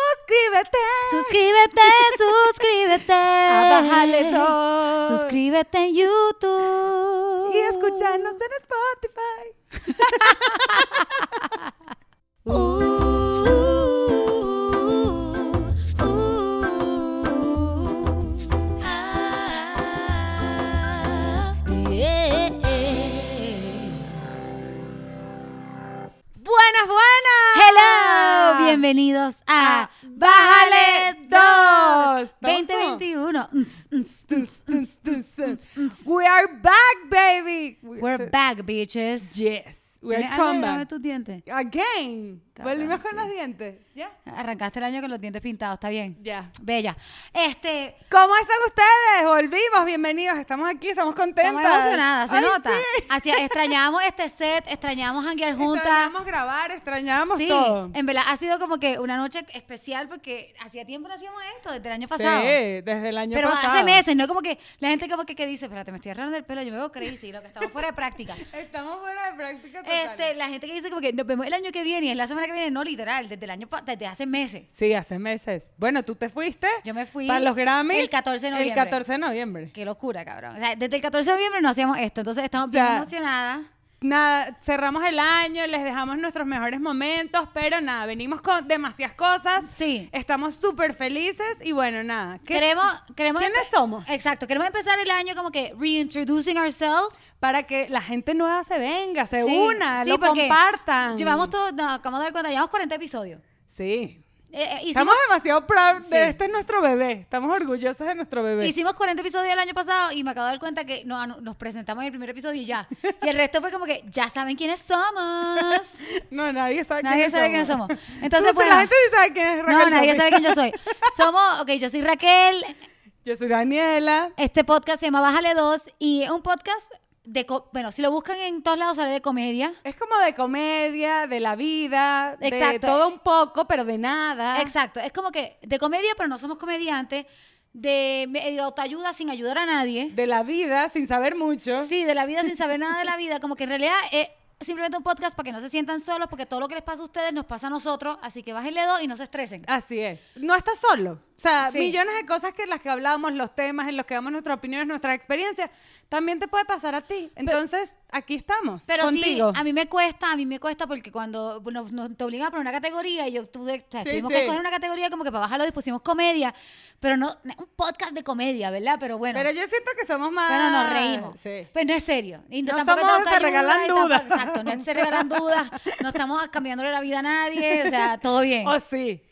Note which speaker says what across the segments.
Speaker 1: Suscríbete.
Speaker 2: Suscríbete,
Speaker 1: A
Speaker 2: suscríbete.
Speaker 1: Ah, Bájale Dos.
Speaker 2: Suscríbete en YouTube.
Speaker 1: Y escúchanos en Spotify.
Speaker 2: Uh, uh, uh, ah, yeah.
Speaker 1: Buenas, buenas.
Speaker 2: Hello, bienvenidos a
Speaker 1: Ah, Bájale Dos. ¿Estamos
Speaker 2: 2021. Ns, ns, ns, ns.
Speaker 1: We are back, baby.
Speaker 2: We're back, ah, bitches.
Speaker 1: Yes, we
Speaker 2: ¿Tienes
Speaker 1: are
Speaker 2: algo que ver
Speaker 1: coming.
Speaker 2: con tus dientes?
Speaker 1: Again.
Speaker 2: Cabrón,
Speaker 1: Volvimos con
Speaker 2: sí.
Speaker 1: los dientes. Ya.
Speaker 2: Arrancaste el año con los dientes pintados, está bien.
Speaker 1: Ya.
Speaker 2: Bella. Este,
Speaker 1: ¿Cómo están ustedes? Volvimos, bienvenidos. Estamos aquí, estamos contentas.
Speaker 2: Estamos emocionadas, se
Speaker 1: Ay,
Speaker 2: nota.
Speaker 1: sí.
Speaker 2: Hacia- extrañamos este set, extrañamos hanguear juntas.
Speaker 1: Extrañamos grabar, extrañamos
Speaker 2: sí,
Speaker 1: todo.
Speaker 2: en verdad ha sido como que una noche especial porque hacía tiempo no hacíamos esto, desde el año pasado.
Speaker 1: Sí, desde el año
Speaker 2: Pero
Speaker 1: pasado.
Speaker 2: hace meses, ¿no? Como que la gente como que, que dice, espérate, me estoy agarrando el pelo, yo me veo crazy, lo que estamos fuera de práctica.
Speaker 1: Estamos fuera de práctica total.
Speaker 2: Este, la gente que dice como que nos vemos el año que viene y es la semana que viene, no literal, desde el año pa- desde hace meses.
Speaker 1: Sí, hace meses. Bueno, tú te fuiste.
Speaker 2: Yo me fui
Speaker 1: Para los Grammys.
Speaker 2: el 14 de
Speaker 1: El
Speaker 2: noviembre.
Speaker 1: 14 de noviembre.
Speaker 2: Qué locura, cabrón. O sea, desde el 14 de noviembre no hacíamos esto, entonces estamos
Speaker 1: O sea,
Speaker 2: bien emocionadas.
Speaker 1: Nada, cerramos el año, les dejamos nuestros mejores momentos, pero nada, venimos con demasiadas cosas.
Speaker 2: Sí.
Speaker 1: Estamos súper felices y bueno, nada. ¿qué-
Speaker 2: queremos, queremos este-
Speaker 1: ¿Quiénes
Speaker 2: empe-
Speaker 1: somos?
Speaker 2: Exacto, queremos empezar el año como que reintroducing ourselves.
Speaker 1: Para que la gente nueva se venga, se
Speaker 2: Sí,
Speaker 1: una,
Speaker 2: sí,
Speaker 1: lo
Speaker 2: porque
Speaker 1: compartan.
Speaker 2: Llevamos todo, no, acabamos de dar cuenta, llevamos 40 episodios.
Speaker 1: Sí.
Speaker 2: Eh, eh,
Speaker 1: Estamos
Speaker 2: hicimos,
Speaker 1: demasiado proud de
Speaker 2: Sí.
Speaker 1: este es nuestro bebé. Estamos orgullosos de nuestro bebé.
Speaker 2: hicimos 40 episodios el año pasado y me acabo de dar cuenta que no, no- nos presentamos en el primer episodio y ya. Y el resto fue como que ya saben quiénes somos.
Speaker 1: No, nadie sabe
Speaker 2: Nadie
Speaker 1: quiénes
Speaker 2: sabe quiénes
Speaker 1: somos.
Speaker 2: somos. Entonces,
Speaker 1: Tú,
Speaker 2: bueno,
Speaker 1: la gente sí sabe quién es Raquel
Speaker 2: no, nadie
Speaker 1: Sofía.
Speaker 2: sabe quién yo soy. Somos, ok, yo soy Raquel,
Speaker 1: Yo soy Daniela.
Speaker 2: este podcast se llama Bájale 2 y es un podcast de, co- bueno, si lo buscan en todos lados sale de comedia.
Speaker 1: Es como de comedia, de la vida, de
Speaker 2: Exacto.
Speaker 1: todo un poco, pero de nada.
Speaker 2: Exacto, es como que de comedia, pero no somos comediantes, de medio autoayuda sin ayudar a nadie.
Speaker 1: De la vida, sin saber mucho.
Speaker 2: Sí, de la vida sin saber nada de la vida, como que en realidad es simplemente un podcast para que no se sientan solos, porque todo lo que les pasa a ustedes nos pasa a nosotros, así que bájenle dos y no se estresen.
Speaker 1: Así es. No estás solo. O sea,
Speaker 2: Sí.
Speaker 1: millones de cosas que las que hablamos, los temas en los que damos nuestras opiniones, nuestras experiencias, también te puede pasar a ti. Entonces, aquí estamos.
Speaker 2: Pero
Speaker 1: contigo.
Speaker 2: sí, a mí me cuesta, a mí me cuesta porque cuando nos, nos- te obligan a poner una categoría y yo tuve, o sea,
Speaker 1: Sí,
Speaker 2: tuvimos
Speaker 1: sí.
Speaker 2: que coger una categoría como que para bajarlo y pusimos comedia, pero no, un podcast de comedia, ¿verdad? Pero bueno.
Speaker 1: Pero yo siento que somos más.
Speaker 2: Pero nos reímos.
Speaker 1: Sí.
Speaker 2: Pero no es serio. Y
Speaker 1: No
Speaker 2: tampoco
Speaker 1: somos-
Speaker 2: es de
Speaker 1: se
Speaker 2: autoayuda
Speaker 1: regalan
Speaker 2: y tampoco-
Speaker 1: dudas.
Speaker 2: Exacto, no se regalan dudas. No estamos cambiándole la vida a nadie. O sea, todo bien.
Speaker 1: Oh, sí.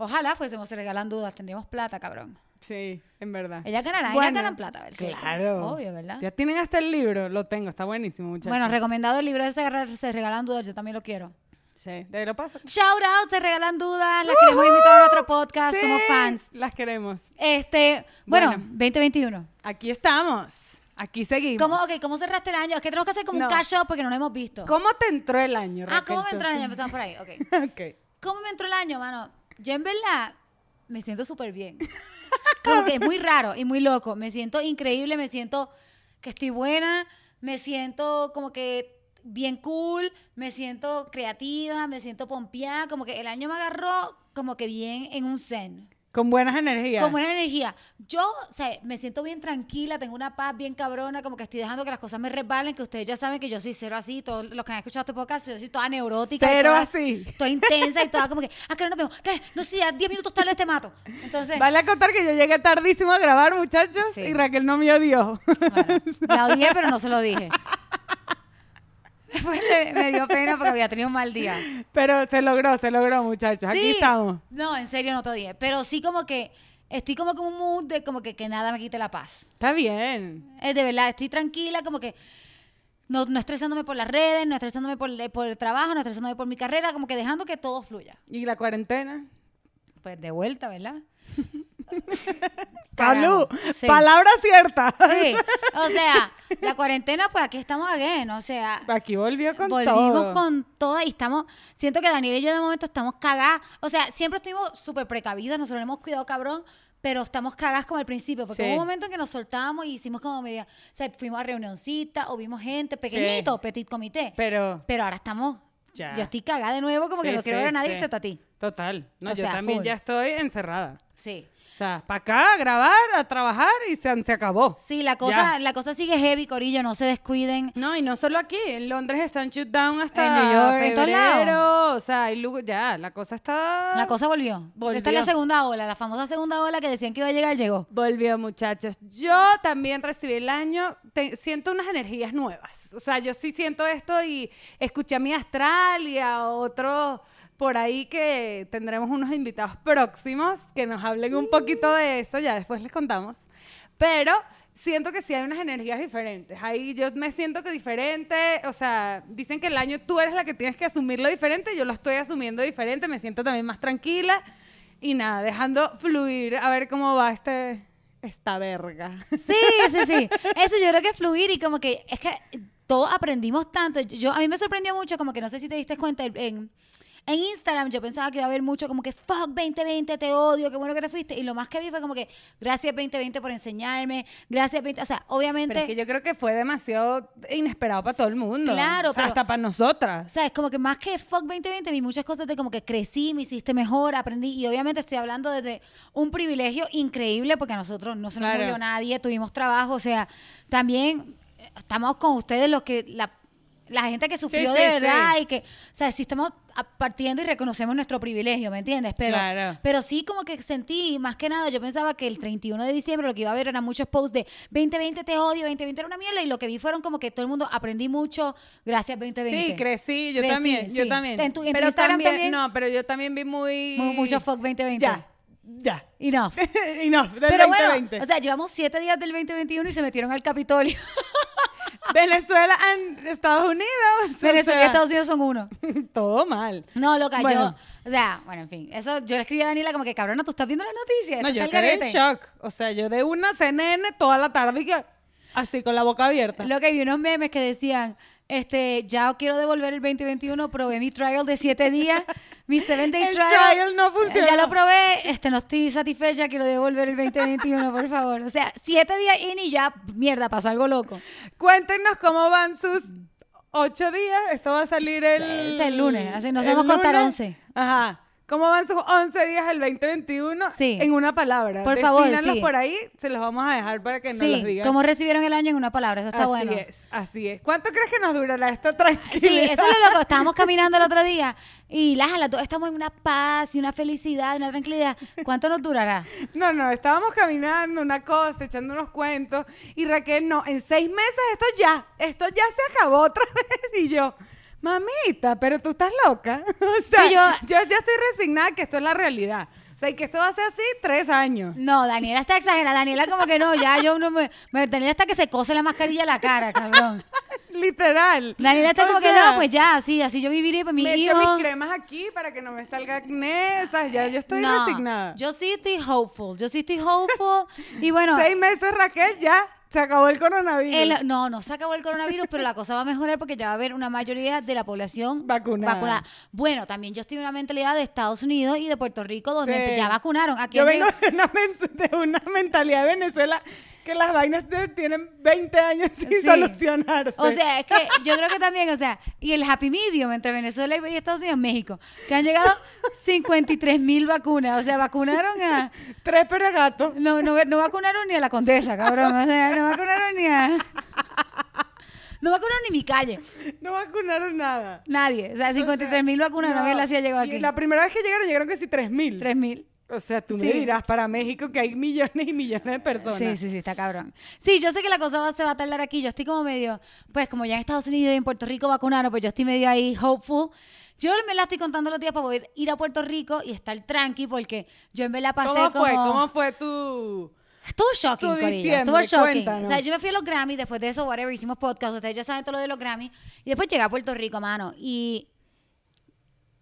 Speaker 2: Ojalá fuésemos se regalan dudas. Tendríamos plata, cabrón.
Speaker 1: Sí, en verdad.
Speaker 2: Ellas ganarán, ellas
Speaker 1: Bueno,
Speaker 2: ganan plata. a ver, ¿cierto?
Speaker 1: Claro.
Speaker 2: Obvio, ¿verdad?
Speaker 1: Ya tienen hasta el libro, lo tengo, está buenísimo, muchachos.
Speaker 2: Bueno, recomendado el libro de se regalan- se regalan dudas. Yo también lo quiero.
Speaker 1: Sí, de ahí lo paso.
Speaker 2: Shout out, se regalan dudas. Las queremos invitar a nuestro podcast.
Speaker 1: Sí,
Speaker 2: Somos fans.
Speaker 1: Las queremos.
Speaker 2: Este, bueno,
Speaker 1: Bueno.
Speaker 2: 2021.
Speaker 1: Aquí estamos. Aquí seguimos.
Speaker 2: ¿Cómo, ok, ¿Cómo cerraste el año? Es que tenemos que hacer como
Speaker 1: No.
Speaker 2: un cash up porque no lo hemos visto.
Speaker 1: ¿Cómo te entró el año,
Speaker 2: ah, ¿cómo me
Speaker 1: Raquel
Speaker 2: entró el año? Empezamos por ahí. Ok.
Speaker 1: Sofía? Ok.
Speaker 2: ¿Cómo me entró el año, mano? Yo en verdad me siento súper bien. Como que es muy raro y muy loco. Me siento increíble, me siento que estoy buena, me siento como que bien cool, me siento creativa, me siento pompeada. Como que el año me agarró como que bien en un zen.
Speaker 1: Con buenas energías.
Speaker 2: Con buena energía. Yo, o sea, me siento bien tranquila, tengo una paz bien cabrona, como que estoy dejando que las cosas me resbalen, que ustedes ya saben que yo soy cero así, todos los que han escuchado este podcast, yo soy toda neurótica. y
Speaker 1: Pero
Speaker 2: toda-
Speaker 1: así.
Speaker 2: Estoy intensa y toda como que, ah, que no nos vemos, que no sé, ya 10 minutos tarde te mato. Entonces,
Speaker 1: Vale a contar que yo llegué tardísimo a grabar, muchachos,
Speaker 2: Sí.
Speaker 1: y Raquel no me odió.
Speaker 2: bueno, la odié, pero no se lo dije. Después le- me dio pena porque había tenido un mal día.
Speaker 1: Pero se logró, se logró, muchachos. Aquí
Speaker 2: Sí.
Speaker 1: estamos.
Speaker 2: No, en serio no te odié, pero sí como que estoy como que en un mood de como que, que nada me quite la paz.
Speaker 1: Está bien.
Speaker 2: Eh, de verdad, estoy tranquila, como que no, no estresándome por las redes, no estresándome por, el- por el trabajo, no estresándome por mi carrera, como que dejando que todo fluya.
Speaker 1: ¿Y la cuarentena?
Speaker 2: Pues de vuelta, ¿verdad?
Speaker 1: Salud.
Speaker 2: Carajo, sí.
Speaker 1: Palabra cierta.
Speaker 2: Sí, o sea, la cuarentena, pues aquí estamos again, o sea,
Speaker 1: Aquí volvió con
Speaker 2: volvimos
Speaker 1: todo.
Speaker 2: con toda y estamos, siento que Daniel y yo de momento estamos cagadas, o sea, siempre estuvimos súper precavidas, nosotros hemos cuidado cabrón, pero estamos cagadas como al principio, porque
Speaker 1: Sí.
Speaker 2: hubo un momento en que nos soltábamos y hicimos como media, o sea, fuimos a reunioncita o vimos gente, pequeñito, petit comité,
Speaker 1: Pero
Speaker 2: pero ahora estamos,
Speaker 1: Ya.
Speaker 2: yo estoy cagada de nuevo, como
Speaker 1: Sí,
Speaker 2: que no quiero
Speaker 1: sí,
Speaker 2: ver a nadie
Speaker 1: sí.
Speaker 2: excepto a ti.
Speaker 1: Total. No,
Speaker 2: O
Speaker 1: yo
Speaker 2: sea,
Speaker 1: también
Speaker 2: full.
Speaker 1: ya estoy encerrada.
Speaker 2: Sí.
Speaker 1: O sea, para acá, a grabar, a trabajar y se, se acabó.
Speaker 2: Sí, la cosa,
Speaker 1: Ya.
Speaker 2: la cosa sigue heavy, Corillo, no se descuiden.
Speaker 1: No, y no solo aquí, en Londres están shut down hasta
Speaker 2: En New York, en todos lados.
Speaker 1: febrero, o sea, hay lugar- ya, la cosa está...
Speaker 2: La cosa volvió. Esta es
Speaker 1: Volvió.
Speaker 2: la segunda ola, la famosa segunda ola que decían que iba a llegar, llegó.
Speaker 1: Volvió, muchachos. Yo también recibí el año, te- siento unas energías nuevas. O sea, yo sí siento esto y escuché a mi astral y a otro por ahí que tendremos unos invitados próximos que nos hablen un poquito de eso, ya después les contamos. Pero siento que sí hay unas energías diferentes. Ahí yo me siento que diferente, o sea, dicen que el año tú eres la que tienes que asumirlo diferente, yo lo estoy asumiendo diferente, me siento también más tranquila. Y nada, dejando fluir a ver cómo va este esta verga.
Speaker 2: Sí, sí, sí. Eso yo creo que es fluir y como que es que todos aprendimos tanto. Yo, yo- a mí me sorprendió mucho, como que no sé si te diste cuenta en, en Instagram, yo pensaba que iba a haber mucho como que fuck 2020, te odio, qué bueno que te fuiste. Y lo más que vi fue como que gracias 2020 por enseñarme, gracias 20, o sea, obviamente
Speaker 1: Pero es que yo creo que fue demasiado inesperado para todo el mundo.
Speaker 2: Claro,
Speaker 1: O sea,
Speaker 2: pero-
Speaker 1: hasta para
Speaker 2: O
Speaker 1: nosotras.
Speaker 2: sea, es como que más que fuck 2020, vi muchas cosas de como que crecí, me hiciste mejor, aprendí. Y obviamente estoy hablando desde un privilegio increíble porque a nosotros no se nos
Speaker 1: Claro.
Speaker 2: murió nadie, tuvimos trabajo. O sea, también eh, estamos con ustedes los que, la, la gente que sufrió
Speaker 1: sí,
Speaker 2: de
Speaker 1: sí.
Speaker 2: verdad y que, o sea, sí estamos a- partiendo y reconocemos nuestro privilegio, ¿me entiendes? Pero,
Speaker 1: Claro.
Speaker 2: pero sí como que sentí, más que nada, yo pensaba que el 31 de diciembre lo que iba a haber eran muchos posts de 2020 te odio, 2020 era una mierda y lo que vi fueron como que todo el mundo aprendí mucho, gracias 2020.
Speaker 1: Sí, crecí, yo
Speaker 2: Crecí,
Speaker 1: también, yo
Speaker 2: sí.
Speaker 1: también.
Speaker 2: En tu- en tu
Speaker 1: pero
Speaker 2: Instagram también.
Speaker 1: No, pero yo también vi muy...
Speaker 2: Mu- mucho fuck 2020.
Speaker 1: Ya, ya.
Speaker 2: Y no.
Speaker 1: y no, del
Speaker 2: Pero
Speaker 1: 2020.
Speaker 2: bueno, o sea, llevamos siete días del 2021 y se metieron al Capitolio.
Speaker 1: Venezuela and Estados Unidos. o
Speaker 2: Venezuela y
Speaker 1: sea,
Speaker 2: Estados Unidos son uno.
Speaker 1: Todo mal.
Speaker 2: No, loca,
Speaker 1: Bueno.
Speaker 2: yo. O sea, bueno, en fin. Eso yo le escribí a Daniela como que, cabrona, tú estás viendo las noticias.
Speaker 1: No,
Speaker 2: Estás
Speaker 1: yo
Speaker 2: al
Speaker 1: quedé en
Speaker 2: garete".
Speaker 1: shock. O sea, yo de una CNN toda la tarde y que... Así, con la boca abierta.
Speaker 2: Lo que vi unos memes que decían, este, ya quiero devolver el 2021, probé mi trial de siete días, mi seven day
Speaker 1: El
Speaker 2: trial.
Speaker 1: trial no funcionó.
Speaker 2: Ya lo probé, este, no estoy satisfecha, quiero devolver el 2021, por favor. O sea, siete días in y ya, mierda, pasó algo loco.
Speaker 1: Cuéntenos cómo van sus ocho días. Esto va a salir el...
Speaker 2: Es el lunes, así nos
Speaker 1: el
Speaker 2: vamos a contar
Speaker 1: lunes.
Speaker 2: 11.
Speaker 1: Ajá. ¿Cómo van sus 11 días del 2021?
Speaker 2: Sí.
Speaker 1: En una palabra.
Speaker 2: Por favor,
Speaker 1: Defínanlos
Speaker 2: sí.
Speaker 1: por ahí, se los vamos a dejar para que nos los
Speaker 2: Sí,
Speaker 1: digan.
Speaker 2: cómo recibieron el año en una palabra, eso está
Speaker 1: así
Speaker 2: bueno.
Speaker 1: es, así es. ¿Cuánto crees que nos durará esta
Speaker 2: Sí,
Speaker 1: tranquilidad?
Speaker 2: eso es lo loco. Estábamos caminando el otro día y las, a las dos estamos en una paz y una felicidad, una tranquilidad. ¿Cuánto nos durará?
Speaker 1: No, no, estábamos caminando una cosa, echando unos cuentos, y Raquel, no, en seis meses esto ya, esto ya se acabó otra vez, y yo, mamita, pero tú estás loca, o sea,
Speaker 2: Y
Speaker 1: yo,
Speaker 2: yo-
Speaker 1: ya estoy resignada que esto es la realidad, o sea, y que esto va a ser así tres años.
Speaker 2: No, Daniela está exagerada. Daniela como que no, ya yo no me... me- Daniela está que se cose la mascarilla a la cara, cabrón.
Speaker 1: Literal.
Speaker 2: Daniela está
Speaker 1: O
Speaker 2: como que
Speaker 1: sea,
Speaker 2: no, pues ya, así, así yo viviré para mi
Speaker 1: Me
Speaker 2: hijo.
Speaker 1: echo mis cremas aquí para que no me salga acné, o sea, ya yo estoy
Speaker 2: No,
Speaker 1: resignada.
Speaker 2: Yo sí estoy hopeful, yo sí estoy hopeful. Y bueno,
Speaker 1: Seis meses, Raquel, ya se acabó el coronavirus.
Speaker 2: el- no, no se acabó el coronavirus, pero la cosa va a mejorar porque ya va a haber una mayoría de la población
Speaker 1: Vacunada.
Speaker 2: Bueno, también yo estoy en una mentalidad de Estados Unidos y de Puerto Rico donde
Speaker 1: Sí.
Speaker 2: ya vacunaron. Aquí
Speaker 1: Yo
Speaker 2: han
Speaker 1: vengo
Speaker 2: llegado-
Speaker 1: de una, mens- de una mentalidad de Venezuela que las vainas de- tienen 20 años sin
Speaker 2: Sí.
Speaker 1: solucionarse.
Speaker 2: O sea, es que yo creo que también, o sea, y el happy medium entre Venezuela y Estados Unidos, México, que han llegado 53 mil vacunas. O sea, vacunaron a.
Speaker 1: tres peregatos.
Speaker 2: No, no, no vacunaron ni a la condesa, cabrón. O sea, no vacunaron ni a. No vacunaron ni mi calle.
Speaker 1: No vacunaron nada.
Speaker 2: Nadie. O sea, 53 mil vacunas, no,
Speaker 1: No.
Speaker 2: había las había llegado
Speaker 1: Y
Speaker 2: aquí.
Speaker 1: la primera vez que llegaron, llegaron casi 3.000.
Speaker 2: 3 mil.
Speaker 1: O sea, tú me
Speaker 2: Sí.
Speaker 1: dirás para México que hay millones y millones de personas.
Speaker 2: Sí, sí, sí, está cabrón. Sí, yo sé que la cosa va, se va a tardar aquí. Yo estoy como medio, pues como ya en Estados Unidos y en Puerto Rico vacunaron, pues yo estoy medio ahí hopeful. Yo me la estoy contando los días para poder ir a Puerto Rico y estar tranqui porque yo en verdad pasé
Speaker 1: ¿Cómo
Speaker 2: como...
Speaker 1: fue? ¿Cómo fue tu...?
Speaker 2: Estuvo shocking,
Speaker 1: tu
Speaker 2: Corillo.
Speaker 1: diciembre?
Speaker 2: Estuvo shocking. O sea,
Speaker 1: Cuéntanos.
Speaker 2: yo me fui a los Grammy, después de eso, whatever, hicimos podcast, ustedes ya saben todo lo de los Grammy. Y después llegué a Puerto Rico, mano. Y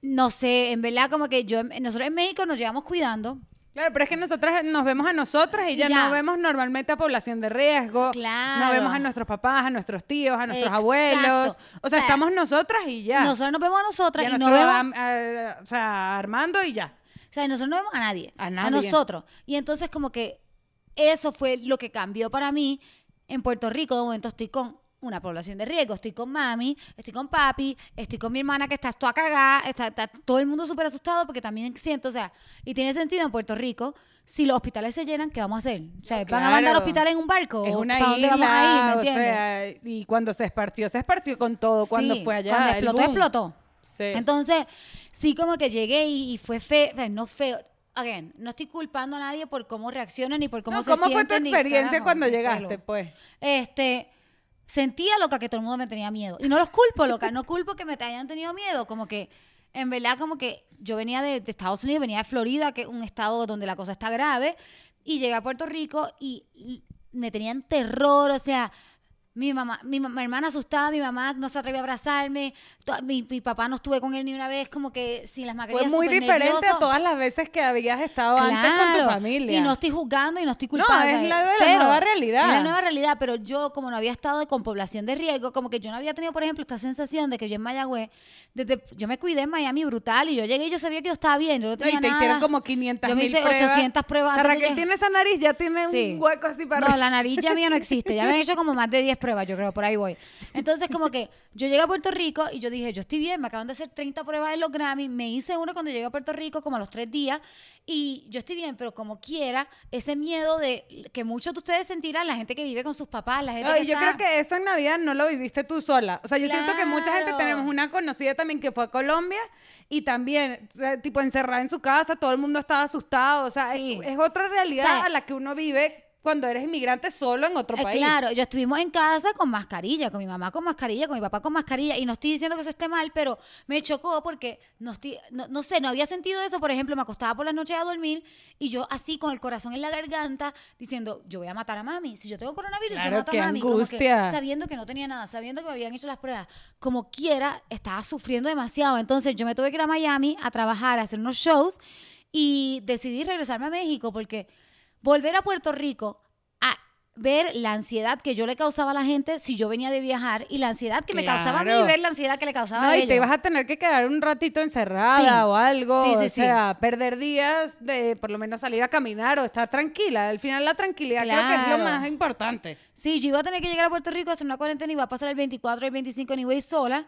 Speaker 2: no sé, en verdad como que yo, nosotros en México nos llevamos cuidando.
Speaker 1: Claro, pero es que nosotras nos vemos a nosotras y ya,
Speaker 2: Ya.
Speaker 1: no vemos normalmente a población de riesgo. No
Speaker 2: Claro.
Speaker 1: vemos a nuestros papás, a nuestros tíos, a nuestros
Speaker 2: Exacto.
Speaker 1: abuelos. O
Speaker 2: O
Speaker 1: sea,
Speaker 2: sea,
Speaker 1: estamos nosotras y ya.
Speaker 2: Nosotros nos vemos a nosotras
Speaker 1: Y a
Speaker 2: y no
Speaker 1: nosotros
Speaker 2: vemos
Speaker 1: a- a- o sea, a Armando y ya.
Speaker 2: O sea, nosotros no vemos a nadie.
Speaker 1: A
Speaker 2: A
Speaker 1: nadie.
Speaker 2: nosotros. Y entonces como que eso fue lo que cambió para mí en Puerto Rico. De momento estoy con una población de riesgo. Estoy con mami, estoy con papi, estoy con mi hermana que está toda cagada, está, está todo el mundo súper asustado porque también siento, o sea, y tiene sentido en Puerto Rico, si los hospitales se llenan, ¿qué vamos a hacer? O sea, ¿van a mandar
Speaker 1: Claro.
Speaker 2: hospitales en un barco?
Speaker 1: Es
Speaker 2: ¿O
Speaker 1: una
Speaker 2: ¿Para dónde vamos a
Speaker 1: isla,
Speaker 2: ir? ¿Me
Speaker 1: o
Speaker 2: entiendes?
Speaker 1: sea, y cuando se esparció, se esparció con todo. Cuando
Speaker 2: Sí,
Speaker 1: fue allá,
Speaker 2: Cuando
Speaker 1: el
Speaker 2: explotó,
Speaker 1: boom.
Speaker 2: explotó.
Speaker 1: Sí.
Speaker 2: Entonces, sí como que llegué y, y fue feo, o sea, no feo. Again, no estoy culpando a nadie por cómo reaccionan ni por cómo
Speaker 1: No,
Speaker 2: se
Speaker 1: ¿Cómo fue tu
Speaker 2: sienten, ni
Speaker 1: experiencia
Speaker 2: carajo,
Speaker 1: cuando
Speaker 2: qué
Speaker 1: llegaste,
Speaker 2: pelo.
Speaker 1: pues?
Speaker 2: Este, sentía loca que todo el mundo me tenía miedo. Y no los culpo, loca, no culpo que me te hayan tenido miedo. Como que, en verdad, como que yo venía de, de Estados Unidos, venía de Florida, que es un estado donde la cosa está grave, y llegué a Puerto Rico y, y me tenían terror, o sea. Mi mamá, mi, ma- mi hermana asustada, mi mamá no se atrevió a abrazarme, to- mi, mi papá no estuve con él ni una vez, como que sin las
Speaker 1: Fue
Speaker 2: mascarillas
Speaker 1: muy
Speaker 2: súper
Speaker 1: diferente a
Speaker 2: nervioso.
Speaker 1: todas las veces que habías estado antes con tu
Speaker 2: Claro,
Speaker 1: familia.
Speaker 2: Y no estoy juzgando y no estoy culpando.
Speaker 1: es
Speaker 2: o sea,
Speaker 1: la de la
Speaker 2: cero.
Speaker 1: nueva realidad.
Speaker 2: Es la nueva realidad, pero yo, como no había estado con población de riesgo, como que yo no había tenido, por ejemplo, esta sensación de que yo en Mayagüez, desde, yo me cuidé en Miami brutal y yo llegué y yo sabía que yo estaba bien, yo
Speaker 1: No, y
Speaker 2: no tenía
Speaker 1: te
Speaker 2: nada.
Speaker 1: hicieron como 500
Speaker 2: Yo me
Speaker 1: mil
Speaker 2: hice
Speaker 1: pruebas.
Speaker 2: 800 pruebas.
Speaker 1: O sea,
Speaker 2: antes de
Speaker 1: Raquel
Speaker 2: llegar.
Speaker 1: tiene esa nariz, ya tiene
Speaker 2: Sí.
Speaker 1: un hueco así para
Speaker 2: No,
Speaker 1: arriba.
Speaker 2: la nariz ya mía no existe. Ya me han hecho como más de 10 pruebas, yo creo, por ahí voy. Entonces, como que yo llegué a Puerto Rico y yo dije, yo estoy bien, me acaban de hacer 30 pruebas en los Grammy. Me hice uno cuando llegué a Puerto Rico, como a los tres días. Y yo estoy bien, pero como quiera, ese miedo de que muchos de ustedes sentirán, la gente que vive con sus papás, la gente
Speaker 1: No,
Speaker 2: que
Speaker 1: y yo creo
Speaker 2: está-
Speaker 1: que eso en Navidad no lo viviste tú sola. O sea, yo siento que mucha gente
Speaker 2: Claro.
Speaker 1: tenemos una conocida también que fue a Colombia y también, o sea, tipo, encerrada en su casa, todo el mundo estaba asustado. O sea, es-
Speaker 2: Sí.
Speaker 1: es, otra realidad
Speaker 2: O sea,
Speaker 1: a la que uno vive cuando eres inmigrante solo en otro
Speaker 2: Eh,
Speaker 1: país.
Speaker 2: Claro, yo estuvimos en casa con mascarilla, con mi mamá con mascarilla, con mi papá con mascarilla, y no estoy diciendo que eso esté mal, pero me chocó porque no, estoy, no, no sé, no había sentido eso. Por ejemplo, me acostaba por las noches a dormir y yo así con el corazón en la garganta diciendo, yo voy a matar a mami. Si yo tengo coronavirus, yo
Speaker 1: Claro,
Speaker 2: mato
Speaker 1: qué
Speaker 2: a mami. Como que
Speaker 1: angustia.
Speaker 2: sabiendo que no tenía nada, sabiendo que me habían hecho las pruebas, como quiera, estaba sufriendo demasiado. Entonces yo me tuve que ir a Miami a trabajar, a hacer unos shows y decidí regresarme a México porque volver a Puerto Rico a ver la ansiedad que yo le causaba a la gente si yo venía de viajar y la ansiedad que me causaba a mí
Speaker 1: Claro.
Speaker 2: ver la ansiedad que le causaba
Speaker 1: No,
Speaker 2: a
Speaker 1: y
Speaker 2: ella.
Speaker 1: te vas a tener que quedar un ratito encerrada
Speaker 2: Sí.
Speaker 1: o algo.
Speaker 2: Sí, sí,
Speaker 1: o
Speaker 2: sí.
Speaker 1: sea, perder días de por lo menos salir a caminar o estar tranquila. Al final la tranquilidad creo que es
Speaker 2: Claro.
Speaker 1: lo más importante.
Speaker 2: Sí, yo iba a tener que llegar a Puerto Rico a hacer una cuarentena y va a pasar el 24 y el 25 ni voy sola.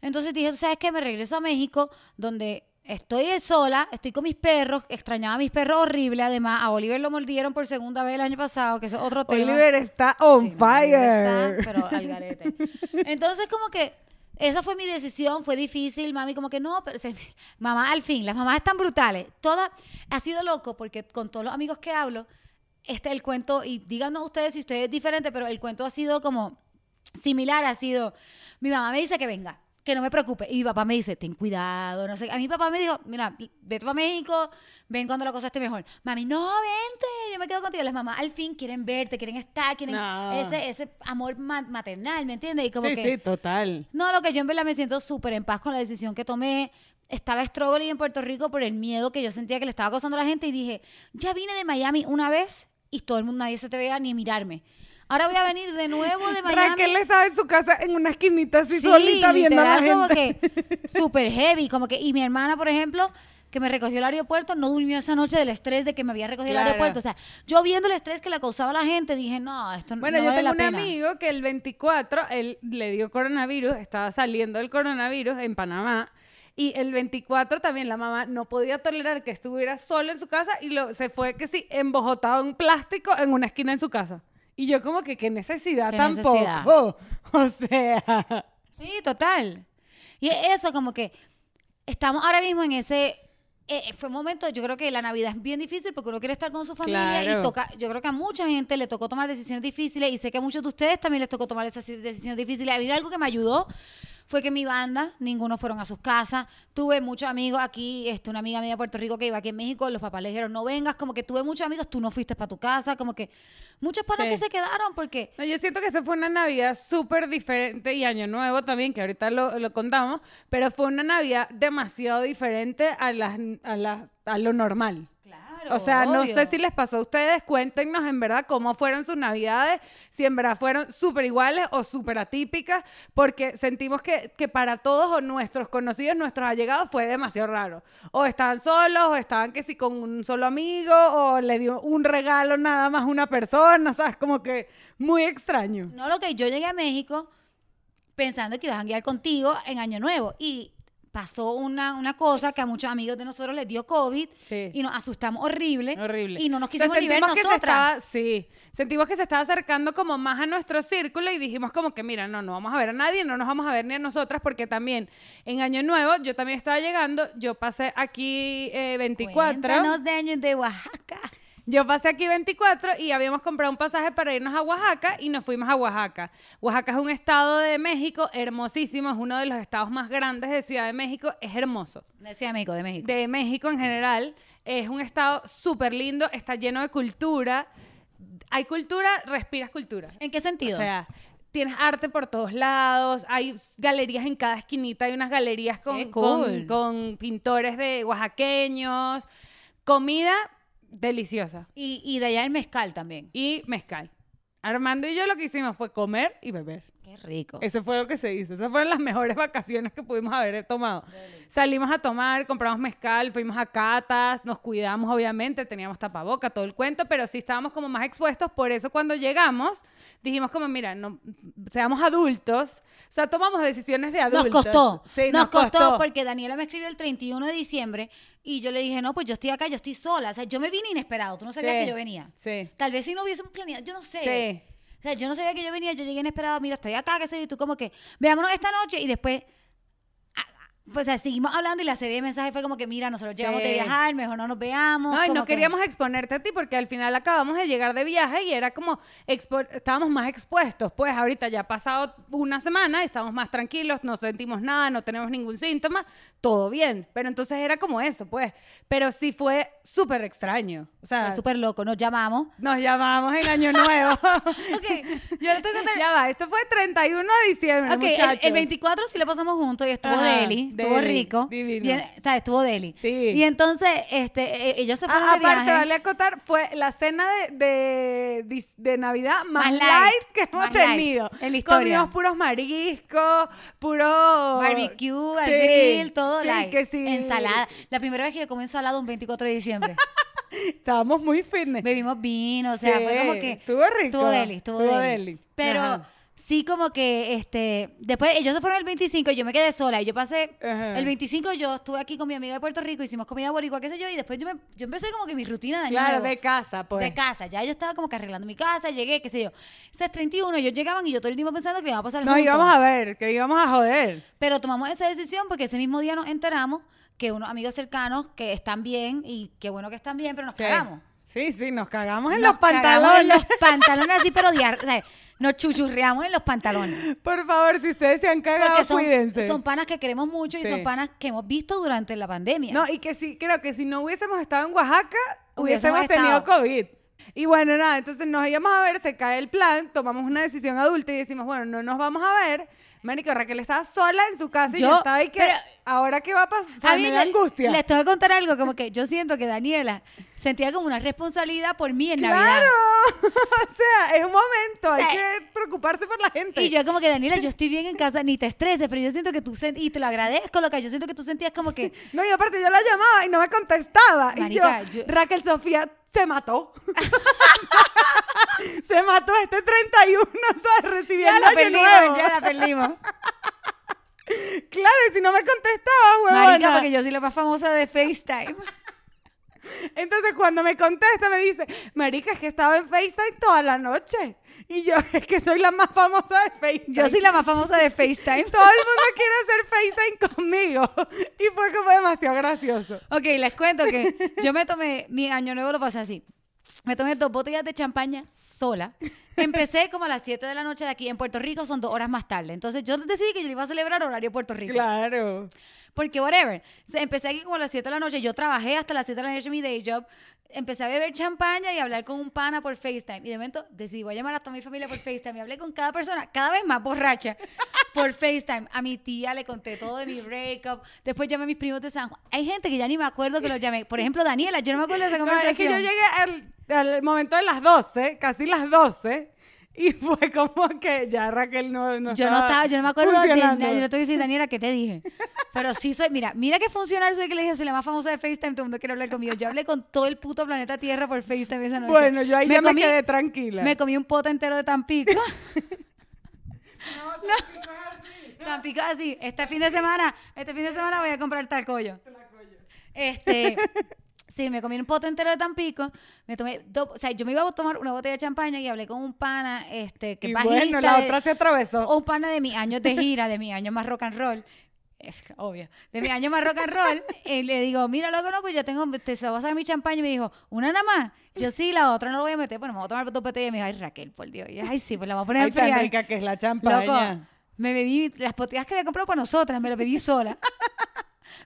Speaker 2: Entonces dije, "¿Tú ¿sabes qué? Me regreso a México, donde estoy eh, sola, estoy con mis perros, extrañaba a mis perros horrible. Además, a Oliver lo mordieron por segunda vez el año pasado, que eso es otro tema.
Speaker 1: Oliver está on
Speaker 2: Sí, no,
Speaker 1: fire.
Speaker 2: Oliver está, pero al garete. Entonces, como que esa fue mi decisión, fue difícil, mami, como que no, pero se- mamá, al fin, las mamás están brutales. Toda, ha sido loco porque con todos los amigos que hablo, este el cuento, y díganos ustedes si ustedes es diferente, pero el cuento ha sido como similar, ha sido, mi mamá me dice que venga. Que no me preocupe. Y mi papá me dice, ten cuidado, no sé. qué. A mi papá me dijo, mira, vete para México, ven cuando la cosa esté mejor. Mami, no, vente, yo me quedo contigo. Las mamás al fin quieren verte, quieren estar, quieren
Speaker 1: No.
Speaker 2: ese, ese amor ma- maternal, ¿me entiendes? Y como
Speaker 1: Sí,
Speaker 2: que,
Speaker 1: sí, total.
Speaker 2: No, lo que yo en verdad me siento súper en paz con la decisión que tomé. Estaba struggling en Puerto Rico por el miedo que yo sentía que le estaba causando a la gente y dije, ya vine de Miami una vez y todo el mundo, nadie se te vea ni mirarme. Ahora voy a venir de nuevo de Miami.
Speaker 1: Raquel estaba en su casa en una esquinita así solita viendo a la
Speaker 2: literal,
Speaker 1: gente.
Speaker 2: como que súper heavy, como que, y mi hermana, por ejemplo, que me recogió al aeropuerto, no durmió esa noche del estrés de que me había recogido
Speaker 1: Claro.
Speaker 2: al aeropuerto. O sea, yo viendo el estrés que le causaba a la gente, dije, no, esto
Speaker 1: Bueno,
Speaker 2: no
Speaker 1: yo
Speaker 2: vale
Speaker 1: tengo
Speaker 2: la
Speaker 1: un
Speaker 2: pena.
Speaker 1: amigo que el 24, él le dio coronavirus, estaba saliendo del coronavirus en Panamá. Y el 24 también la mamá no podía tolerar que estuviera solo en su casa y lo, se fue que sí, embojotado en plástico en una esquina en su casa. Y yo como que qué necesidad
Speaker 2: Qué
Speaker 1: tampoco.
Speaker 2: necesidad.
Speaker 1: O sea,
Speaker 2: Sí, total. Y es eso, como que estamos ahora mismo en ese. eh, fue un momento, yo creo que la Navidad es bien difícil porque uno quiere estar con su familia
Speaker 1: Claro.
Speaker 2: y toca. Yo creo que a mucha gente le tocó tomar decisiones difíciles y sé que a muchos de ustedes también les tocó tomar esas decisiones difíciles. A mí algo que me ayudó fue que mi banda, ninguno fueron a sus casas. Tuve muchos amigos aquí, este, una amiga mía de Puerto Rico que iba aquí en México, los papás le dijeron no vengas, como que tuve muchos amigos, tú no fuiste para tu casa, como que muchos panas
Speaker 1: Sí.
Speaker 2: que se quedaron porque.
Speaker 1: No, yo siento que esa fue una Navidad súper diferente y Año Nuevo también, que ahorita lo, lo contamos, pero fue una Navidad demasiado diferente a, las, a, las- a lo normal.
Speaker 2: Claro.
Speaker 1: o sea, no
Speaker 2: obvio.
Speaker 1: sé si les pasó a ustedes, cuéntenos en verdad cómo fueron sus navidades, si en verdad fueron súper iguales o súper atípicas, porque sentimos que, que para todos o nuestros conocidos, nuestros allegados, fue demasiado raro. O estaban solos, o estaban que si con un solo amigo, o le dio un regalo nada más una persona, ¿sabes? Como que muy extraño.
Speaker 2: No, lo que yo llegué a México pensando que iba a janguear contigo en Año Nuevo y pasó una, una cosa que a muchos amigos de nosotros les dio COVID
Speaker 1: Sí.
Speaker 2: y nos asustamos horrible,
Speaker 1: Horrible.
Speaker 2: ¿Eh? y no nos
Speaker 1: O sea,
Speaker 2: quisimos ni ver
Speaker 1: sentimos que se
Speaker 2: nosotras.
Speaker 1: estaba- sí, sentimos que se estaba acercando como más a nuestro círculo y dijimos como que, mira, no, no vamos a ver a nadie, no nos vamos a ver ni a nosotras, porque también en Año Nuevo yo también estaba llegando, yo pasé aquí eh, 24.
Speaker 2: Cuéntanos de Año de Oaxaca.
Speaker 1: Yo pasé aquí 24 y habíamos comprado un pasaje para irnos a Oaxaca y nos fuimos a Oaxaca. Oaxaca es un estado de México hermosísimo, es uno de los estados más grandes de Ciudad de México, es hermoso
Speaker 2: De Ciudad de México, de México.
Speaker 1: de México en general. Es un estado súper lindo, está lleno de cultura. Hay cultura, respiras cultura.
Speaker 2: ¿En qué sentido?
Speaker 1: O sea, tienes arte por todos lados, hay galerías en cada esquinita, hay unas galerías con,
Speaker 2: Qué
Speaker 1: con,
Speaker 2: cool.
Speaker 1: con pintores de oaxaqueños, comida deliciosa
Speaker 2: y, y de allá el mezcal también.
Speaker 1: y mezcal. Armando y yo lo que hicimos fue comer y beber.
Speaker 2: Qué rico.
Speaker 1: Eso fue lo que se hizo. Esas fueron las mejores vacaciones que pudimos haber tomado. Salimos a tomar, compramos mezcal, fuimos a catas, nos cuidamos, obviamente, teníamos tapaboca, todo el cuento, pero sí estábamos como más expuestos. Por eso, cuando llegamos, dijimos, como, mira, no, seamos adultos. O sea, tomamos decisiones de
Speaker 2: Nos
Speaker 1: adultos.
Speaker 2: costó,
Speaker 1: Sí,
Speaker 2: nos, costó, porque Daniela me escribió el 31 de diciembre y yo le dije, no, pues yo estoy acá, yo estoy sola. O sea, yo me vine inesperado, tú no sabías
Speaker 1: Sí,
Speaker 2: que yo venía.
Speaker 1: Sí.
Speaker 2: Tal vez si no hubiésemos planeado, yo no sé.
Speaker 1: Sí.
Speaker 2: O sea, yo no sabía que yo venía, yo llegué inesperado, mira, estoy acá, qué sé yo, y tú como que, veámonos esta noche y después, ah, pues o sea, seguimos hablando y la serie de mensajes fue como que, mira, nosotros
Speaker 1: Sí.
Speaker 2: llegamos de viajar, mejor no nos veamos.
Speaker 1: No, y
Speaker 2: como
Speaker 1: no
Speaker 2: que-
Speaker 1: queríamos exponerte a ti porque al final acabamos de llegar de viaje y era como expo- estábamos más expuestos. Pues ahorita ya ha pasado una semana, estamos más tranquilos, no sentimos nada, no tenemos ningún síntoma, todo bien. Pero entonces era como eso, pues. Pero sí fue súper extraño. O sea,
Speaker 2: Fue súper loco, nos llamamos.
Speaker 1: nos llamamos en Año Nuevo.
Speaker 2: Ok, yo le tengo que contar-
Speaker 1: ya va, esto fue 31 de diciembre,
Speaker 2: Ok, el- el,
Speaker 1: muchachos.
Speaker 2: 24 sí lo pasamos juntos y estuvo
Speaker 1: Ajá,
Speaker 2: deli, estuvo
Speaker 1: deli,
Speaker 2: rico.
Speaker 1: divino.
Speaker 2: Bien, o sea, estuvo deli.
Speaker 1: Sí.
Speaker 2: Y entonces, este, eh, ellos se fueron
Speaker 1: Ah,
Speaker 2: de
Speaker 1: aparte,
Speaker 2: viaje.
Speaker 1: vale acotar, fue la cena de, de, dis- de Navidad más,
Speaker 2: Más
Speaker 1: light,
Speaker 2: light,
Speaker 1: que hemos
Speaker 2: más light
Speaker 1: tenido.
Speaker 2: en la historia.
Speaker 1: Comimos puros mariscos, puros...
Speaker 2: Barbecue, al
Speaker 1: Sí,
Speaker 2: grill, todo
Speaker 1: sí,
Speaker 2: light.
Speaker 1: que sí.
Speaker 2: Ensalada. La primera vez que yo comí ensalada un 24 de diciembre.
Speaker 1: Estábamos muy fitness.
Speaker 2: Bebimos vino, o sea,
Speaker 1: Sí,
Speaker 2: fue como que...
Speaker 1: estuvo rico,
Speaker 2: Estuvo deli, estuvo,
Speaker 1: estuvo
Speaker 2: deli.
Speaker 1: deli.
Speaker 2: Pero
Speaker 1: Ajá.
Speaker 2: sí como que, este... Después ellos se fueron el 25 y yo me quedé sola. Y yo pasé...
Speaker 1: Ajá.
Speaker 2: El 25 yo estuve aquí con mi amiga de Puerto Rico, hicimos comida boricua, qué sé yo. Y después yo, me- yo empecé como que mi rutina de año
Speaker 1: Claro,
Speaker 2: nuevo.
Speaker 1: de casa, pues.
Speaker 2: De casa, ya yo estaba como que arreglando mi casa, llegué, qué sé yo. Esas 31, ellos llegaban y yo todo el tiempo pensando que me iba a pasar
Speaker 1: No,
Speaker 2: juntos.
Speaker 1: íbamos a ver, que íbamos a joder.
Speaker 2: Pero tomamos esa decisión porque ese mismo día nos enteramos que unos amigos cercanos que están bien y qué bueno que están bien, pero nos
Speaker 1: Sí.
Speaker 2: cagamos.
Speaker 1: Sí, sí, nos cagamos en
Speaker 2: Nos
Speaker 1: los
Speaker 2: cagamos En
Speaker 1: pantalones.
Speaker 2: los pantalones así, pero diar- o sea, nos chuchurreamos en los pantalones.
Speaker 1: Por favor, si ustedes se han cagado,
Speaker 2: Porque son,
Speaker 1: cuídense.
Speaker 2: son panas que queremos mucho y
Speaker 1: Sí.
Speaker 2: son panas que hemos visto durante la pandemia.
Speaker 1: No, y que sí, creo que si no hubiésemos estado en Oaxaca, hubiésemos,
Speaker 2: Hubiésemos
Speaker 1: tenido
Speaker 2: estado.
Speaker 1: COVID. Y bueno, nada, entonces nos íbamos a ver, se cae el plan, tomamos una decisión adulta y decimos, bueno, no nos vamos a ver. Marico, Raquel estaba sola en su casa y yo,
Speaker 2: Yo-
Speaker 1: estaba ahí que,
Speaker 2: pero-
Speaker 1: ¿ahora qué va a pasar? O sea,
Speaker 2: A mí
Speaker 1: me
Speaker 2: le-
Speaker 1: da angustia.
Speaker 2: Les tengo que contar algo, como que yo siento que Daniela sentía como una responsabilidad por mí en Navidad.
Speaker 1: ¡Claro! o sea, es un momento,
Speaker 2: O sea,
Speaker 1: hay que preocuparse por la gente.
Speaker 2: Y yo como que, Daniela, yo estoy bien en casa, ni te estreses, pero yo siento que tú, sen- y te lo agradezco, lo que yo siento que tú sentías como que,
Speaker 1: No, y aparte yo la llamaba y no me contestaba.
Speaker 2: Marica,
Speaker 1: y yo,
Speaker 2: yo-
Speaker 1: Raquel Sofía se mató. se mató este 31, ¿sabes?
Speaker 2: ya
Speaker 1: Recibiendo
Speaker 2: la
Speaker 1: año nuevo.
Speaker 2: perdimos, ya la perdimos.
Speaker 1: Claro, y si no me contestaba,
Speaker 2: Marica,
Speaker 1: huevona.
Speaker 2: porque yo soy la más famosa de FaceTime.
Speaker 1: Entonces cuando me contesta me dice, marica, es que estaba en FaceTime toda la noche. Y yo, es que soy la más famosa de FaceTime.
Speaker 2: Yo soy la más famosa de FaceTime.
Speaker 1: Todo el mundo quiere hacer FaceTime conmigo. Y fue como demasiado gracioso.
Speaker 2: Ok, les cuento que yo me tomé, mi año nuevo lo pasé así. Me tomé dos botellas de champaña sola. Empecé como a las 7 de la noche de aquí. En Puerto Rico son dos horas más tarde. Entonces yo decidí que yo iba a celebrar horario Puerto Rico.
Speaker 1: Claro.
Speaker 2: Porque whatever. O sea, empecé aquí como a las 7 de la noche. Yo trabajé hasta las 7 de la noche en mi day job. Empecé a beber champaña y a hablar con un pana por FaceTime. Y de momento decidí, voy a llamar a toda mi familia por FaceTime. Y hablé con cada persona, cada vez más borracha, por FaceTime. A mi tía le conté todo de mi breakup. Después llamé a mis primos de San Juan. Hay gente que ya ni me acuerdo que los llamé. Por ejemplo, Daniela, yo no me acuerdo de esa
Speaker 1: No, es
Speaker 2: conversación.
Speaker 1: que yo llegué al, al momento de las 12, casi las 12, y fue como que ya Raquel no, no
Speaker 2: Yo no estaba, yo no me acuerdo de nada.
Speaker 1: funcionando.
Speaker 2: Yo no te voy a decir, Daniela, ¿qué te dije? Pero sí soy, mira, mira qué funcionario soy que le dije, soy la más famosa de FaceTime, todo el mundo quiere hablar conmigo. Yo hablé con todo el puto planeta Tierra por FaceTime esa noche.
Speaker 1: Bueno, yo ahí ya
Speaker 2: comí-
Speaker 1: me quedé tranquila.
Speaker 2: Me comí un poto entero de Tampico.
Speaker 1: No,
Speaker 2: Tampico así, este fin de semana, este fin de semana voy a comprar tal collo. Este, sí, me comí un poto entero de Tampico, me tomé, do- o sea, yo me iba a tomar una botella de champaña y hablé con un pana, este, que
Speaker 1: Y
Speaker 2: bajista
Speaker 1: bueno, la
Speaker 2: de-
Speaker 1: otra se atravesó.
Speaker 2: o un pana de mis años de gira, de mis años más rock and roll, eh, obvio, de mis años más rock and roll, eh, le digo, mira, loco, no, pues yo tengo, te se va a sacar mi champaña, y me dijo, una nada más, yo sí, la otra no la voy a meter, bueno, me voy a tomar dos botellas, y me dijo, ay, Raquel, por Dios, y yo, ay, sí, pues la voy a poner a
Speaker 1: Ay, tan
Speaker 2: enfriar.
Speaker 1: rica que es la
Speaker 2: Loco,
Speaker 1: champaña.
Speaker 2: me bebí las botellas que había comprado para nosotras, me las bebí sola.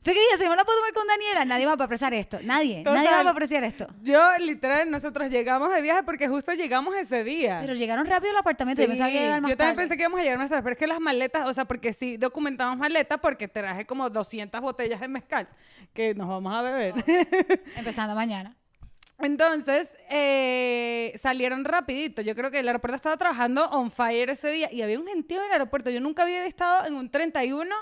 Speaker 2: ¿Tú qué dices? Si no la puedo tomar con Daniela, nadie va a apreciar esto. Nadie. Nadie va
Speaker 1: Total.
Speaker 2: a apreciar esto.
Speaker 1: Yo, literal, nosotros llegamos de viaje porque justo llegamos ese día.
Speaker 2: Pero llegaron rápido al apartamento. yo
Speaker 1: Sí,
Speaker 2: pensaba que iba a llegar más
Speaker 1: yo también
Speaker 2: tarde.
Speaker 1: pensé que íbamos a llegar más tarde, pero es que las maletas, o sea, porque sí documentamos maletas porque traje como 200 botellas de mezcal que nos vamos a beber.
Speaker 2: Empezando mañana.
Speaker 1: Entonces, eh, salieron rapidito. Yo creo que el aeropuerto estaba trabajando on fire ese día y había un gentío en el aeropuerto. Yo nunca había estado en un 31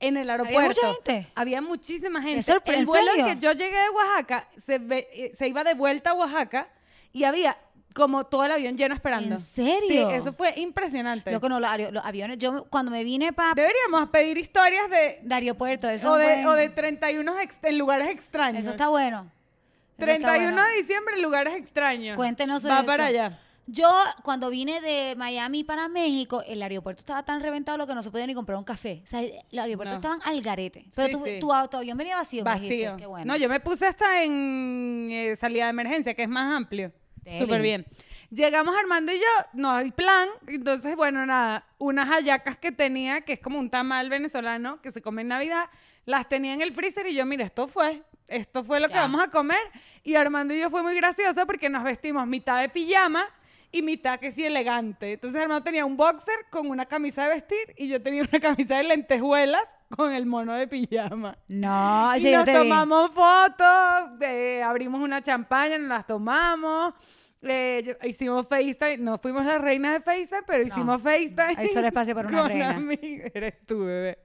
Speaker 1: en el aeropuerto.
Speaker 2: mucha gente?
Speaker 1: Había muchísima gente.
Speaker 2: sorpre-
Speaker 1: el
Speaker 2: ¿en
Speaker 1: vuelo
Speaker 2: serio?
Speaker 1: en que yo llegué de Oaxaca se, ve- eh, se iba de vuelta a Oaxaca y había como todo el avión lleno esperando.
Speaker 2: ¿En serio?
Speaker 1: Sí, eso fue impresionante.
Speaker 2: Loco, no, los, ario- los aviones. Yo cuando me vine para
Speaker 1: Deberíamos pedir historias de,
Speaker 2: aeropuerto, eso,
Speaker 1: o
Speaker 2: es un
Speaker 1: de,
Speaker 2: buen-
Speaker 1: o de 31 ex- en lugares extraños.
Speaker 2: eso está bueno. Eso está
Speaker 1: 31
Speaker 2: bueno.
Speaker 1: de diciembre en lugares extraños.
Speaker 2: Cuéntenos
Speaker 1: Va
Speaker 2: eso.
Speaker 1: para allá.
Speaker 2: Yo, cuando vine de Miami para México, el aeropuerto estaba tan reventado lo que no se podía ni comprar un café. O sea, el el aeropuerto
Speaker 1: No.
Speaker 2: estaban al garete. Pero
Speaker 1: Sí,
Speaker 2: tu,
Speaker 1: sí.
Speaker 2: tu auto avión venía vacío. me dijiste.
Speaker 1: Vacío.
Speaker 2: Qué bueno.
Speaker 1: No, yo me puse hasta en eh, salida de emergencia, que es más amplio.
Speaker 2: Deli.
Speaker 1: Súper bien. Llegamos Armando y yo, no hay plan. Entonces, bueno, nada, unas hallacas que tenía, que es como un tamal venezolano que se come en Navidad, las tenía en el freezer y yo, mira, esto fue. Esto fue lo que
Speaker 2: Ya.
Speaker 1: vamos a comer. Y Armando y yo fue muy gracioso porque nos vestimos mitad de pijama y mitad que sí elegante. Entonces Armando tenía un boxer con una camisa de vestir y yo tenía una camisa de lentejuelas con el mono de pijama.
Speaker 2: No,
Speaker 1: Y
Speaker 2: sí, yo
Speaker 1: nos
Speaker 2: te vi.
Speaker 1: tomamos fotos, eh, abrimos una champaña, nos las tomamos. eh, yo- hicimos FaceTime, no fuimos las reinas de FaceTime, pero hicimos FaceTime.
Speaker 2: hay solo espacio para una
Speaker 1: con
Speaker 2: reina.
Speaker 1: amig- Eres tú, bebé.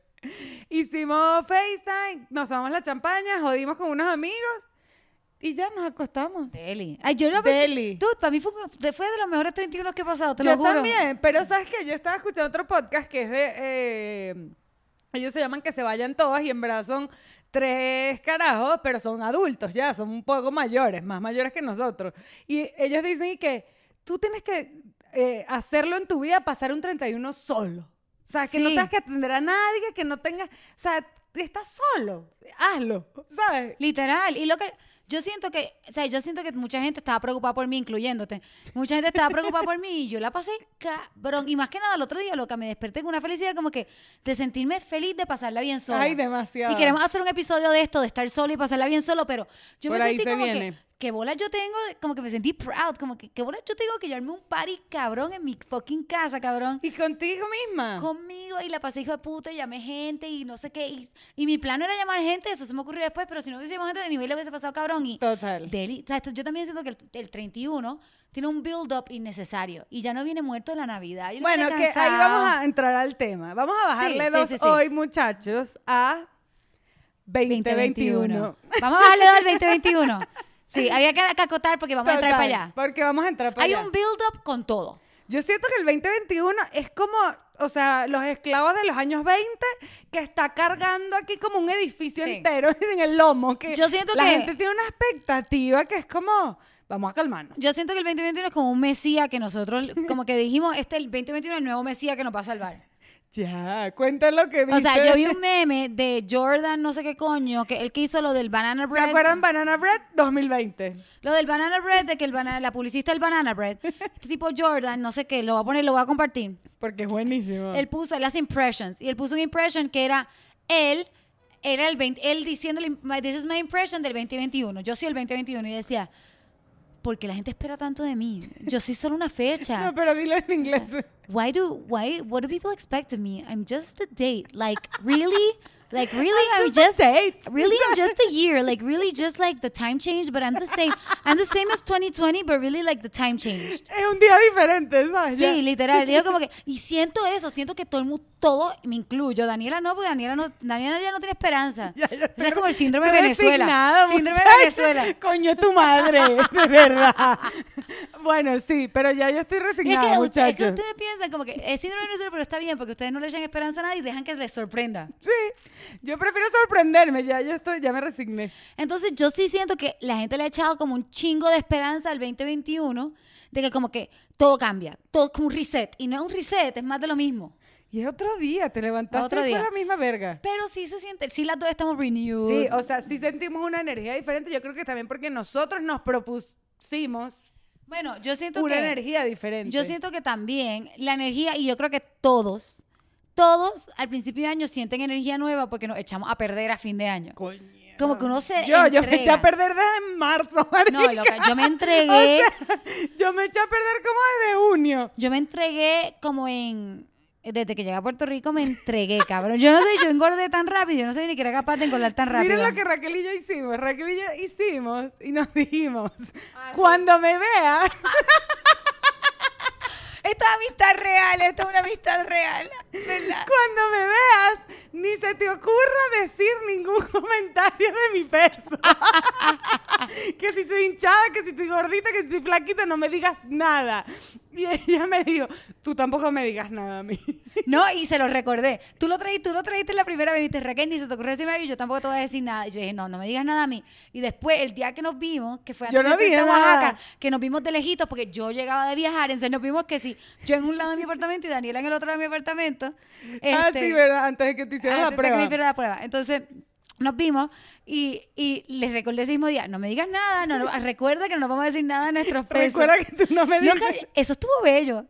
Speaker 1: Hicimos FaceTime, nos tomamos la champaña, jodimos con unos amigos y ya nos acostamos.
Speaker 2: Deli. Ay, yo no pensé-
Speaker 1: Deli.
Speaker 2: Tú, para mí fue, fue de los mejores 31 que he pasado, te
Speaker 1: yo
Speaker 2: lo juro.
Speaker 1: también, pero ¿sabes qué? Yo estaba escuchando otro podcast que es de... eh, ellos se llaman Que se vayan todas y en verdad son tres carajos, pero son adultos ya, son un poco mayores, más mayores que nosotros. Y ellos dicen que tú tienes que eh, hacerlo en tu vida, pasar un 31 solo. O sea, que no
Speaker 2: Sí.
Speaker 1: tengas que atender a nadie, que no tengas... O sea, estás solo, hazlo, ¿sabes?
Speaker 2: Literal. Y lo que yo siento que, o sea, yo siento que mucha gente estaba preocupada por mí, incluyéndote. Mucha gente estaba preocupada por mí y yo la pasé cabrón. Y más que nada, el otro día, loca, me desperté con una felicidad como que de sentirme feliz de pasarla bien sola.
Speaker 1: Ay, demasiado.
Speaker 2: Y queremos hacer un episodio de esto, de estar solo y pasarla bien solo, pero yo
Speaker 1: Por
Speaker 2: me
Speaker 1: ahí
Speaker 2: sentí
Speaker 1: se
Speaker 2: como
Speaker 1: viene.
Speaker 2: que, que bola yo tengo, de- como que me sentí proud, como que, que bola yo tengo que yo armé un party cabrón en mi fucking casa, cabrón
Speaker 1: Y contigo misma.
Speaker 2: conmigo y la pasé hijo de puta y llamé gente y no sé qué. Y, y mi plan no era llamar gente, eso se me ocurrió después, pero si no hubiésemos gente de nivel le hubiese pasado cabrón. Y
Speaker 1: Total.
Speaker 2: deli- o sea, esto- yo también siento que el, el 31 tiene un build-up innecesario y ya no viene muerto de la Navidad. Yo no
Speaker 1: Bueno,
Speaker 2: viene
Speaker 1: que ahí
Speaker 2: cansado.
Speaker 1: vamos a entrar al tema. Vamos a bajarle
Speaker 2: sí,
Speaker 1: dos
Speaker 2: sí, sí.
Speaker 1: hoy, muchachos, a 2021.
Speaker 2: 2021. Vamos a darle al 2021. Sí, había que acotar porque vamos a entrar para
Speaker 1: Total,
Speaker 2: allá.
Speaker 1: Porque vamos a entrar para
Speaker 2: Hay
Speaker 1: allá.
Speaker 2: un build-up con todo.
Speaker 1: Yo siento que el 2021 es como, o sea, los esclavos de los años 20 que está cargando aquí como un edificio
Speaker 2: Sí.
Speaker 1: entero en el lomo. Que
Speaker 2: Yo siento
Speaker 1: la
Speaker 2: que-
Speaker 1: gente tiene una expectativa que es como, vamos a calmarnos.
Speaker 2: Yo siento que el 2021 es como un mesía que nosotros, como que dijimos, este el 2021 es el nuevo mesía que nos va a salvar.
Speaker 1: Ya, cuenta lo que
Speaker 2: O
Speaker 1: viste.
Speaker 2: sea, yo vi un meme de Jordan, no sé qué coño, que el que hizo lo del banana
Speaker 1: ¿Se
Speaker 2: bread.
Speaker 1: acuerdan Banana Bread 2020?
Speaker 2: Lo del banana bread, de que el banana, la publicista del banana bread, este tipo Jordan, no sé qué, lo va a poner, lo va a compartir.
Speaker 1: Porque es buenísimo.
Speaker 2: Él puso, él hace impressions, y él puso un impression que era él era el 20, él diciéndole, "My- this is my impression del 2021. Yo soy el 2021 y decía, ¿por qué la gente espera tanto de mí? Yo soy solo una fecha.
Speaker 1: No, pero dilo en inglés.
Speaker 2: Why do why what do people expect of me? I'm just a date. Like really? Like really I'm
Speaker 1: Just
Speaker 2: just
Speaker 1: a date.
Speaker 2: Really I'm just a year. Like really just like the time change, but I'm the same. I'm the same as 2020, but really like the time changed.
Speaker 1: Es un día diferente, ¿sabes? Ya.
Speaker 2: Sí, literal. Digo como que, y siento eso, siento que todo el mundo, todo, me incluyo. Daniela no, porque Daniela no, Daniela ya no tiene esperanza.
Speaker 1: Ya, ya.
Speaker 2: Ese es como el síndrome de
Speaker 1: Estoy
Speaker 2: Venezuela.
Speaker 1: resignada,
Speaker 2: Síndrome de
Speaker 1: muchacha.
Speaker 2: Venezuela.
Speaker 1: Coño, tu madre, de verdad. Bueno, sí, pero ya yo estoy
Speaker 2: Y es
Speaker 1: resignada,
Speaker 2: que, u- es que
Speaker 1: muchachos.
Speaker 2: ustedes piensan como que es síndrome de Venezuela, pero está bien, porque ustedes no le echan esperanza a nadie y dejan que les sorprenda.
Speaker 1: Sí, yo prefiero sorprenderme, ya yo estoy, ya me resigné.
Speaker 2: Entonces yo sí siento que la gente le ha echado como un chingo de esperanza al 2021, de que como que todo cambia, todo es como un reset. Y no es un reset, es más de lo mismo.
Speaker 1: Y es otro día, te levantaste
Speaker 2: Otro
Speaker 1: y
Speaker 2: día.
Speaker 1: fue la misma verga.
Speaker 2: Pero sí se siente, sí las dos estamos renewed.
Speaker 1: Sí, o sea, sí sentimos una energía diferente. Yo creo que también porque nosotros nos propusimos
Speaker 2: bueno, yo siento
Speaker 1: una
Speaker 2: que...
Speaker 1: energía diferente.
Speaker 2: Yo siento que también la energía, y yo creo que todos, todos al principio de año sienten energía nueva porque nos echamos a perder a fin de año.
Speaker 1: Coño.
Speaker 2: Como que uno se.
Speaker 1: Yo, yo me eché
Speaker 2: entrega.
Speaker 1: a perder desde marzo,
Speaker 2: No,
Speaker 1: marica.
Speaker 2: loca, yo me entregué.
Speaker 1: Yo me eché a perder como desde junio.
Speaker 2: Yo me entregué como en. Desde que llegué a Puerto Rico me entregué, cabrón. Yo no sé, yo engordé tan rápido, yo no sé ni que era capaz de engordar tan rápido.
Speaker 1: Miren lo que Raquel y yo hicimos. Raquel y yo hicimos y nos dijimos,
Speaker 2: Ah, sí.
Speaker 1: cuando me vea,
Speaker 2: Esto es amistad real, esto es una amistad real, ¿verdad?
Speaker 1: cuando me veas, ni se te ocurra decir ningún comentario de mi peso. que si estoy hinchada, que si estoy gordita, que si estoy flaquita, no me digas nada. Y ella me dijo, tú tampoco me digas nada a mí.
Speaker 2: No, y se lo recordé. Tú lo traíste, tú lo traíste la primera vez, viste Raquel, ni se te ocurrió decirme algo y yo tampoco te voy a decir nada. Y yo dije, no, no me digas nada a mí. Y después, el día que nos vimos, que fue antes
Speaker 1: Yo no
Speaker 2: de irte a
Speaker 1: dije
Speaker 2: Oaxaca,
Speaker 1: nada.
Speaker 2: que nos vimos de lejitos, porque yo llegaba de viajar, entonces nos vimos que sí, yo en un lado de mi apartamento y Daniela en el otro de mi apartamento.
Speaker 1: ah,
Speaker 2: este,
Speaker 1: sí, ¿verdad? Antes de que te hicieran
Speaker 2: antes
Speaker 1: la
Speaker 2: de que Ah, me
Speaker 1: prueba.
Speaker 2: hicieran la prueba. Entonces, nos vimos y, y les recordé ese mismo día, no me digas nada, no, no, recuerda que no nos vamos a decir nada a nuestros pesos.
Speaker 1: Recuerda que tú no me digas.
Speaker 2: Loca, eso estuvo bello.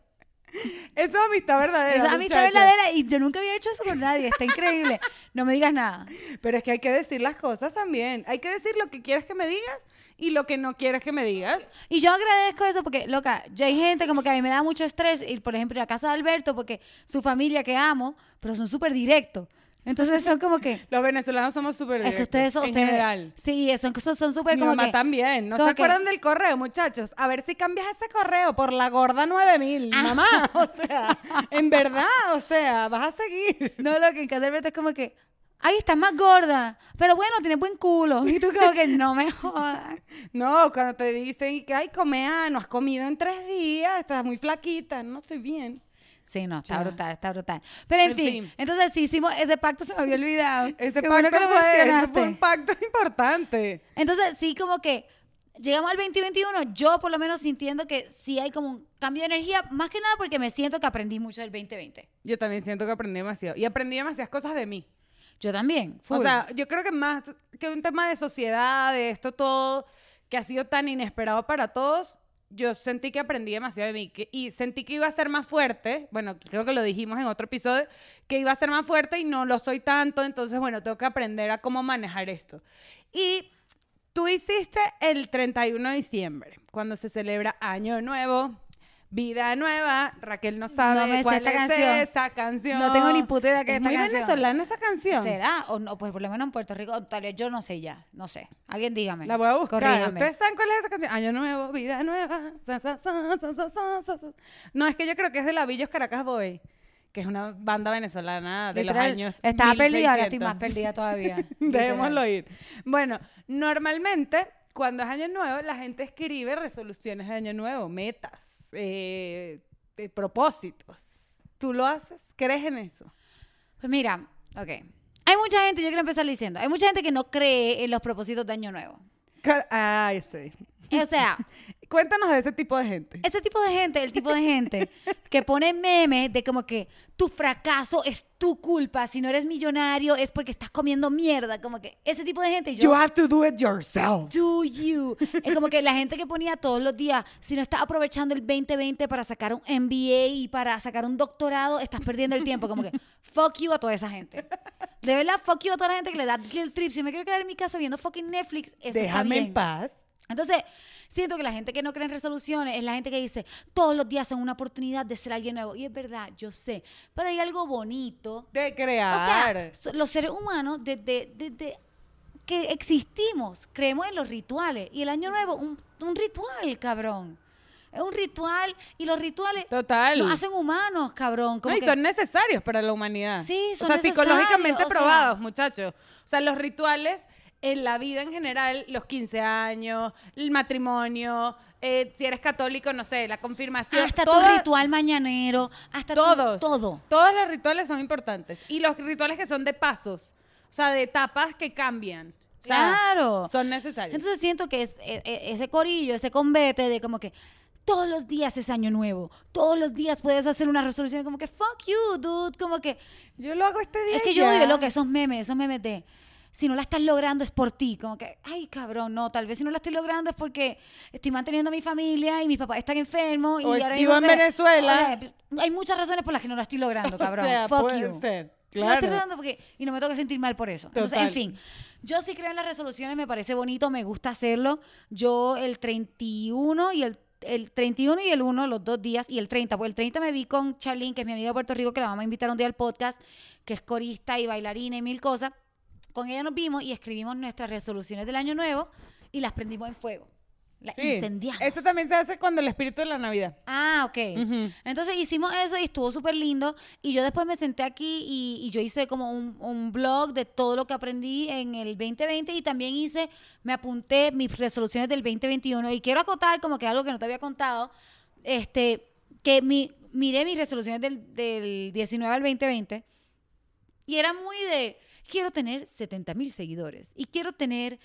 Speaker 1: Eso es amistad verdadera.
Speaker 2: Esa amistad
Speaker 1: muchacha.
Speaker 2: verdadera y yo nunca había hecho eso con nadie, está increíble. No me digas nada.
Speaker 1: Pero es que hay que decir las cosas también. Hay que decir lo que quieres que me digas y lo que no quieres que me digas.
Speaker 2: Y yo agradezco eso porque, loca, yo hay gente como que a mí me da mucho estrés ir, por ejemplo, a casa de Alberto porque su familia que amo, pero son súper directos. Entonces son como que...
Speaker 1: Los venezolanos somos súper
Speaker 2: Es
Speaker 1: directos.
Speaker 2: que ustedes son...
Speaker 1: En
Speaker 2: ustedes-
Speaker 1: general.
Speaker 2: Sí, son cosas son súper
Speaker 1: Mi
Speaker 2: como
Speaker 1: mamá
Speaker 2: que...
Speaker 1: también. ¿No se
Speaker 2: como que-
Speaker 1: acuerdan del correo, muchachos? A ver si cambias ese correo por la gorda 9000,
Speaker 2: Ah.
Speaker 1: mamá. O sea, en verdad, o sea, vas a seguir.
Speaker 2: No, lo que en casa de Alberto es como que... Ay, estás más gorda, pero bueno, tienes buen culo. Y tú como que no me jodas.
Speaker 1: No, cuando te dicen y que, ay, comea, no has comido en tres días, estás muy flaquita, no estoy bien.
Speaker 2: Sí, no, está
Speaker 1: Ya.
Speaker 2: brutal, está brutal. Pero en,
Speaker 1: En
Speaker 2: fin,
Speaker 1: fin.
Speaker 2: entonces sí hicimos ese pacto, se me había olvidado.
Speaker 1: Ese pacto
Speaker 2: Qué bueno que lo
Speaker 1: fue, ese
Speaker 2: mencionaste.
Speaker 1: fue un pacto importante.
Speaker 2: Entonces, sí, como que llegamos al 2021, yo por lo menos sintiendo que sí hay como un cambio de energía, más que nada porque me siento que aprendí mucho del 2020.
Speaker 1: Yo también siento que aprendí demasiado. Y aprendí demasiadas cosas de mí.
Speaker 2: Yo también. full.
Speaker 1: O sea, yo creo que más que un tema de sociedad, de esto todo, que ha sido tan inesperado para todos, yo sentí que aprendí demasiado de mí. que- y sentí que iba a ser más fuerte. Bueno, creo que lo dijimos en otro episodio, que iba a ser más fuerte y no lo soy tanto. Entonces, bueno, tengo que aprender a cómo manejar esto. Y tú hiciste el 31 de diciembre, cuando se celebra Año Nuevo. Vida nueva, Raquel no sabe
Speaker 2: me sé
Speaker 1: cuál
Speaker 2: esta
Speaker 1: es
Speaker 2: canción.
Speaker 1: esa canción.
Speaker 2: No tengo ni puta idea que
Speaker 1: es
Speaker 2: esta
Speaker 1: muy
Speaker 2: canción.
Speaker 1: venezolana esa canción.
Speaker 2: ¿será? O no, pues por lo menos en Puerto Rico, tal vez yo no sé ya, no sé. Alguien dígame.
Speaker 1: La voy a buscar.
Speaker 2: corríjame.
Speaker 1: ¿Ustedes saben cuál es esa canción? Año nuevo, vida nueva. sa, sa, sa, sa, sa, sa, sa, sa. No, es que yo creo que es de la Villos Caracas Boy, que es una banda venezolana de
Speaker 2: Literal,
Speaker 1: los años
Speaker 2: Estaba perdida, ahora estoy
Speaker 1: 1600.
Speaker 2: más perdida todavía.
Speaker 1: Dejémoslo
Speaker 2: Literal.
Speaker 1: ir. Bueno, normalmente cuando es año nuevo, la gente escribe resoluciones de año nuevo, metas, eh, de propósitos. ¿Tú lo haces? ¿Crees en eso?
Speaker 2: Pues mira, ok. Hay mucha gente, yo quiero empezar diciendo, hay mucha gente que no cree en los propósitos de Año Nuevo.
Speaker 1: Car- Ay, sí.
Speaker 2: O sea,
Speaker 1: Cuéntanos de ese tipo de gente.
Speaker 2: Ese tipo de gente, el tipo de gente que pone memes de como que tu fracaso es tu culpa, si no eres millonario es porque estás comiendo mierda, como que ese tipo de gente yo
Speaker 1: You have to do it yourself.
Speaker 2: do you. Es como que la gente que ponía todos los días, si no estás aprovechando el 2020 para sacar un MBA y para sacar un doctorado, estás perdiendo el tiempo. Como que fuck you a toda esa gente. De verdad, fuck you a toda la gente que le da guilt trip. Si me quiero quedar en mi casa viendo fucking Netflix, eso está
Speaker 1: Déjame
Speaker 2: bien.
Speaker 1: en paz.
Speaker 2: Entonces, siento que la gente que no cree en resoluciones es la gente que dice, todos los días son una oportunidad de ser alguien nuevo. Y es verdad, yo sé, pero hay algo bonito.
Speaker 1: De
Speaker 2: O
Speaker 1: crear.
Speaker 2: sea, so- los seres humanos, desde, desde que existimos, creemos en los rituales. Y el año nuevo, un, un ritual, cabrón. Es un ritual y los rituales
Speaker 1: Total.
Speaker 2: nos hacen humanos, cabrón. Como
Speaker 1: No, y
Speaker 2: que-
Speaker 1: son necesarios para la humanidad.
Speaker 2: Sí, son
Speaker 1: O sea, psicológicamente
Speaker 2: necesarios, o sea-
Speaker 1: probados, muchachos. O sea, los rituales en la vida en general, los 15 años, el matrimonio, eh, si eres católico, no sé, la confirmación.
Speaker 2: hasta
Speaker 1: toda-
Speaker 2: tu ritual mañanero, hasta tu-
Speaker 1: Todos.
Speaker 2: todo.
Speaker 1: Todos los rituales son importantes. Y los rituales que son de pasos, o sea, de etapas que cambian. O sea,
Speaker 2: Claro.
Speaker 1: Son necesarios.
Speaker 2: Entonces siento que es, e- e- ese corillo, ese convete de como que todos los días es año nuevo, todos los días puedes hacer una resolución como que fuck you, dude, como que
Speaker 1: yo lo hago este día.
Speaker 2: es
Speaker 1: y
Speaker 2: que yo
Speaker 1: ya.
Speaker 2: odio lo que esos memes, esos memes de si no la estás logrando es por ti, como que ay cabrón, no, tal vez si no la estoy logrando es porque estoy manteniendo a mi familia y mis papás están enfermos y
Speaker 1: O
Speaker 2: ahora
Speaker 1: vivo
Speaker 2: mismo
Speaker 1: en
Speaker 2: que-
Speaker 1: Venezuela.
Speaker 2: o sea, hay muchas razones por las que no la estoy logrando, cabrón.
Speaker 1: O sea,
Speaker 2: fuck
Speaker 1: puede
Speaker 2: you.
Speaker 1: ser.
Speaker 2: Yo no estoy
Speaker 1: Claro.
Speaker 2: rodando porque, y no me tengo que sentir mal por eso. Entonces,
Speaker 1: Total.
Speaker 2: en fin, yo sí creo en las resoluciones, me parece bonito, me gusta hacerlo. Yo el 31 y el, el 31 y el 1, los dos días, y el 30, porque el 30 me vi con Charlene, que es mi amiga de Puerto Rico, que la vamos a invitar un día al podcast, que es corista y bailarina y mil cosas. Con ella nos vimos y escribimos nuestras resoluciones del año nuevo y las prendimos en fuego. Las
Speaker 1: Sí.
Speaker 2: incendiamos.
Speaker 1: Eso también se hace cuando el espíritu de la Navidad.
Speaker 2: Ah, ok.
Speaker 1: Ujú.
Speaker 2: Entonces hicimos eso y estuvo súper lindo. Y yo después me senté aquí y, y yo hice como un, un blog de todo lo que aprendí en el 2020 y también hice, me apunté mis resoluciones del 2021. Y quiero acotar como que algo que no te había contado, este, que mi, miré mis resoluciones del, del 19 al 2020 y era muy de, quiero tener 70 mil seguidores y quiero tener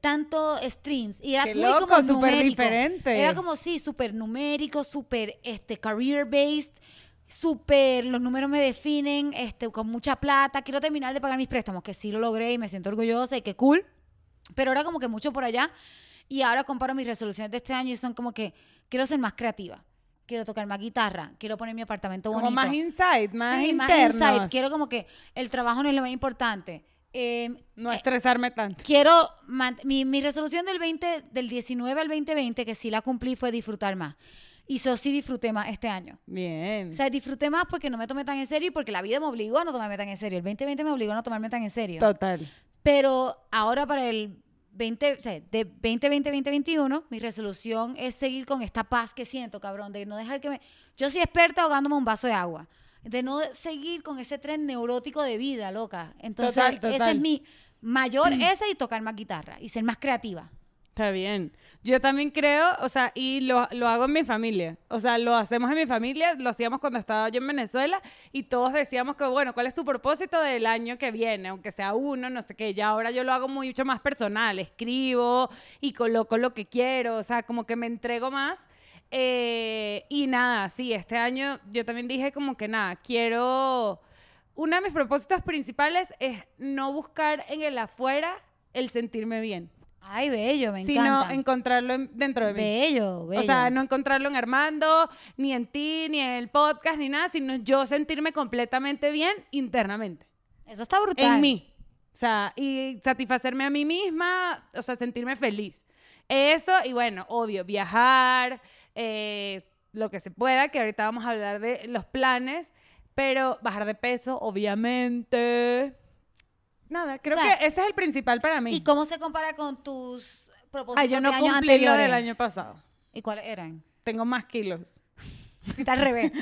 Speaker 2: tanto streams y era
Speaker 1: Qué
Speaker 2: muy
Speaker 1: loco,
Speaker 2: como
Speaker 1: súper
Speaker 2: numérico.
Speaker 1: diferente.
Speaker 2: Era como sí, súper numérico, súper este career based, súper los números me definen, este con mucha plata, quiero terminar de pagar mis préstamos, que sí lo logré y me siento orgullosa y que cool. Pero era como que mucho por allá y ahora comparo mis resoluciones de este año y son como que quiero ser más creativa, quiero tocar más guitarra, quiero poner mi apartamento
Speaker 1: Como
Speaker 2: bonito.
Speaker 1: más insight, más
Speaker 2: Sí,
Speaker 1: internos.
Speaker 2: insight. Quiero como que el trabajo no es lo más importante. Eh,
Speaker 1: No
Speaker 2: eh,
Speaker 1: estresarme tanto.
Speaker 2: quiero man- mi, mi resolución del 20 del 19 al 2020 que sí la cumplí fue disfrutar más. Y yo sí disfruté más este año.
Speaker 1: Bien.
Speaker 2: O sea, disfruté más porque no me tomé tan en serio y porque la vida me obligó a no tomarme tan en serio. El 2020 me obligó a no tomarme tan en serio.
Speaker 1: Total.
Speaker 2: Pero ahora para el 20, o sea, de 2020 2021, mi resolución es seguir con esta paz que siento, cabrón, de no dejar que me... Yo soy experta ahogándome un vaso de agua, de no seguir con ese tren neurótico de vida, loca. Entonces,
Speaker 1: Total,
Speaker 2: esa
Speaker 1: total. Mm.
Speaker 2: es mi mayor, esa y tocar más guitarra y ser más creativa.
Speaker 1: Está bien. Yo también creo, o sea, y lo, lo hago en mi familia. O sea, lo hacemos en mi familia, lo hacíamos cuando estaba yo en Venezuela y todos decíamos que, bueno, ¿cuál es tu propósito del año que viene? Aunque sea uno, no sé qué. Ya ahora yo lo hago mucho más personal. Escribo y coloco lo que quiero. O sea, como que me entrego más. Eh, y nada, sí, este año yo también dije como que nada, quiero... Uno de mis propósitos principales es no buscar en el afuera el sentirme bien
Speaker 2: Ay, bello, me
Speaker 1: sino
Speaker 2: encanta.
Speaker 1: encontrarlo en- dentro de mí.
Speaker 2: Bello, bello.
Speaker 1: O sea, no encontrarlo en Armando, ni en ti, ni en el podcast, ni nada, sino yo sentirme completamente bien internamente,
Speaker 2: Eso está brutal.
Speaker 1: en mí. O sea, y satisfacerme a mí misma, o sea, sentirme feliz. Eso, y bueno, obvio, viajar, eh, lo que se pueda, que ahorita vamos a hablar de los planes, pero bajar de peso, obviamente. Nada, creo
Speaker 2: sea,
Speaker 1: que ese es el principal para mí.
Speaker 2: ¿Y cómo se compara con tus propósitos
Speaker 1: Ah, yo no
Speaker 2: de años
Speaker 1: cumplí lo
Speaker 2: anteriores?
Speaker 1: del año pasado.
Speaker 2: ¿Y cuáles eran?
Speaker 1: Tengo más kilos.
Speaker 2: Está al revés.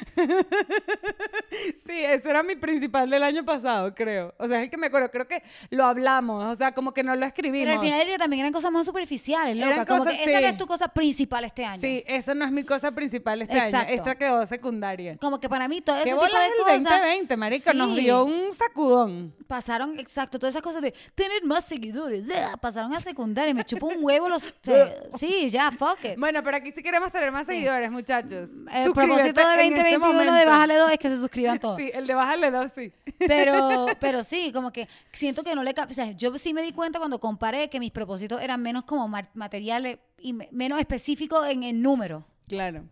Speaker 1: Sí, ese era mi principal del año pasado, creo. O sea, es el que me acuerdo. Creo que lo hablamos. O sea, como que no lo escribimos.
Speaker 2: Pero al final del día también eran cosas más superficiales,
Speaker 1: Eran
Speaker 2: loca. como
Speaker 1: cosas-
Speaker 2: que esa
Speaker 1: sí.
Speaker 2: no es tu cosa principal este año.
Speaker 1: Sí, esa no es mi cosa principal este año.
Speaker 2: Exacto.
Speaker 1: Esta quedó secundaria.
Speaker 2: Como que para mí todo ese
Speaker 1: ¿Qué
Speaker 2: tipo de
Speaker 1: bolas el
Speaker 2: cosas.
Speaker 1: 2020, marico? Nos
Speaker 2: Sí.
Speaker 1: dio un sacudón.
Speaker 2: Pasaron, exacto, todas esas cosas de tener más seguidores. ¡ah! Pasaron a secundaria. Me chupó un huevo los. se- sí, ya, fuck it.
Speaker 1: Bueno, pero aquí sí queremos tener más seguidores, muchachos.
Speaker 2: El
Speaker 1: Suscríbete
Speaker 2: Eh, propósito de
Speaker 1: en este
Speaker 2: 2021 de
Speaker 1: momento.
Speaker 2: Bájale 2 es que se suscriban todos.
Speaker 1: Sí, el de Bájale dos, sí.
Speaker 2: Pero, pero sí, como que siento que no le... cap- O sea, yo sí me di cuenta cuando comparé que mis propósitos eran menos como mar- materiales y me- menos específicos en el número.
Speaker 1: Claro.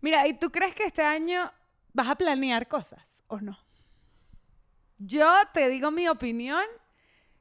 Speaker 1: Mira, ¿y tú crees que este año vas a planear cosas o no? Yo te digo mi opinión.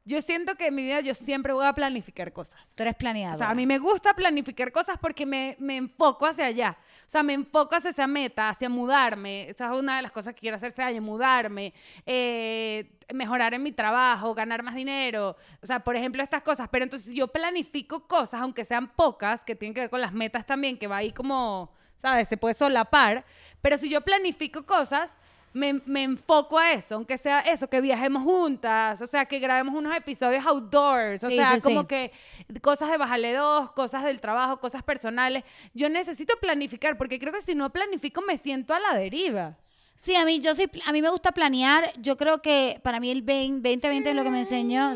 Speaker 1: Yo siento que en mi vida yo siempre voy a planificar cosas.
Speaker 2: Tú eres planeado.
Speaker 1: O sea, a mí me gusta planificar cosas porque me, me enfoco hacia allá. O sea, me enfoco hacia esa meta, hacia mudarme. Esa es una de las cosas que quiero hacer este año, mudarme, eh, mejorar en mi trabajo, ganar más dinero. O sea, por ejemplo, estas cosas. Pero entonces yo planifico cosas, aunque sean pocas, que tienen que ver con las metas también, que va ahí como, ¿sabes? Se puede solapar. Pero si yo planifico cosas... Me, me enfoco a eso, aunque sea eso, que viajemos juntas, o sea, que grabemos unos episodios outdoors, o
Speaker 2: Sí,
Speaker 1: sea,
Speaker 2: sí, sí.
Speaker 1: como que cosas de bajarle dos, cosas del trabajo, cosas personales. Yo necesito planificar porque creo que si no planifico me siento a la deriva.
Speaker 2: Sí, a mí, yo sí, a mí me gusta planear. Yo creo que para mí el 20, 2020 es lo que me enseñó,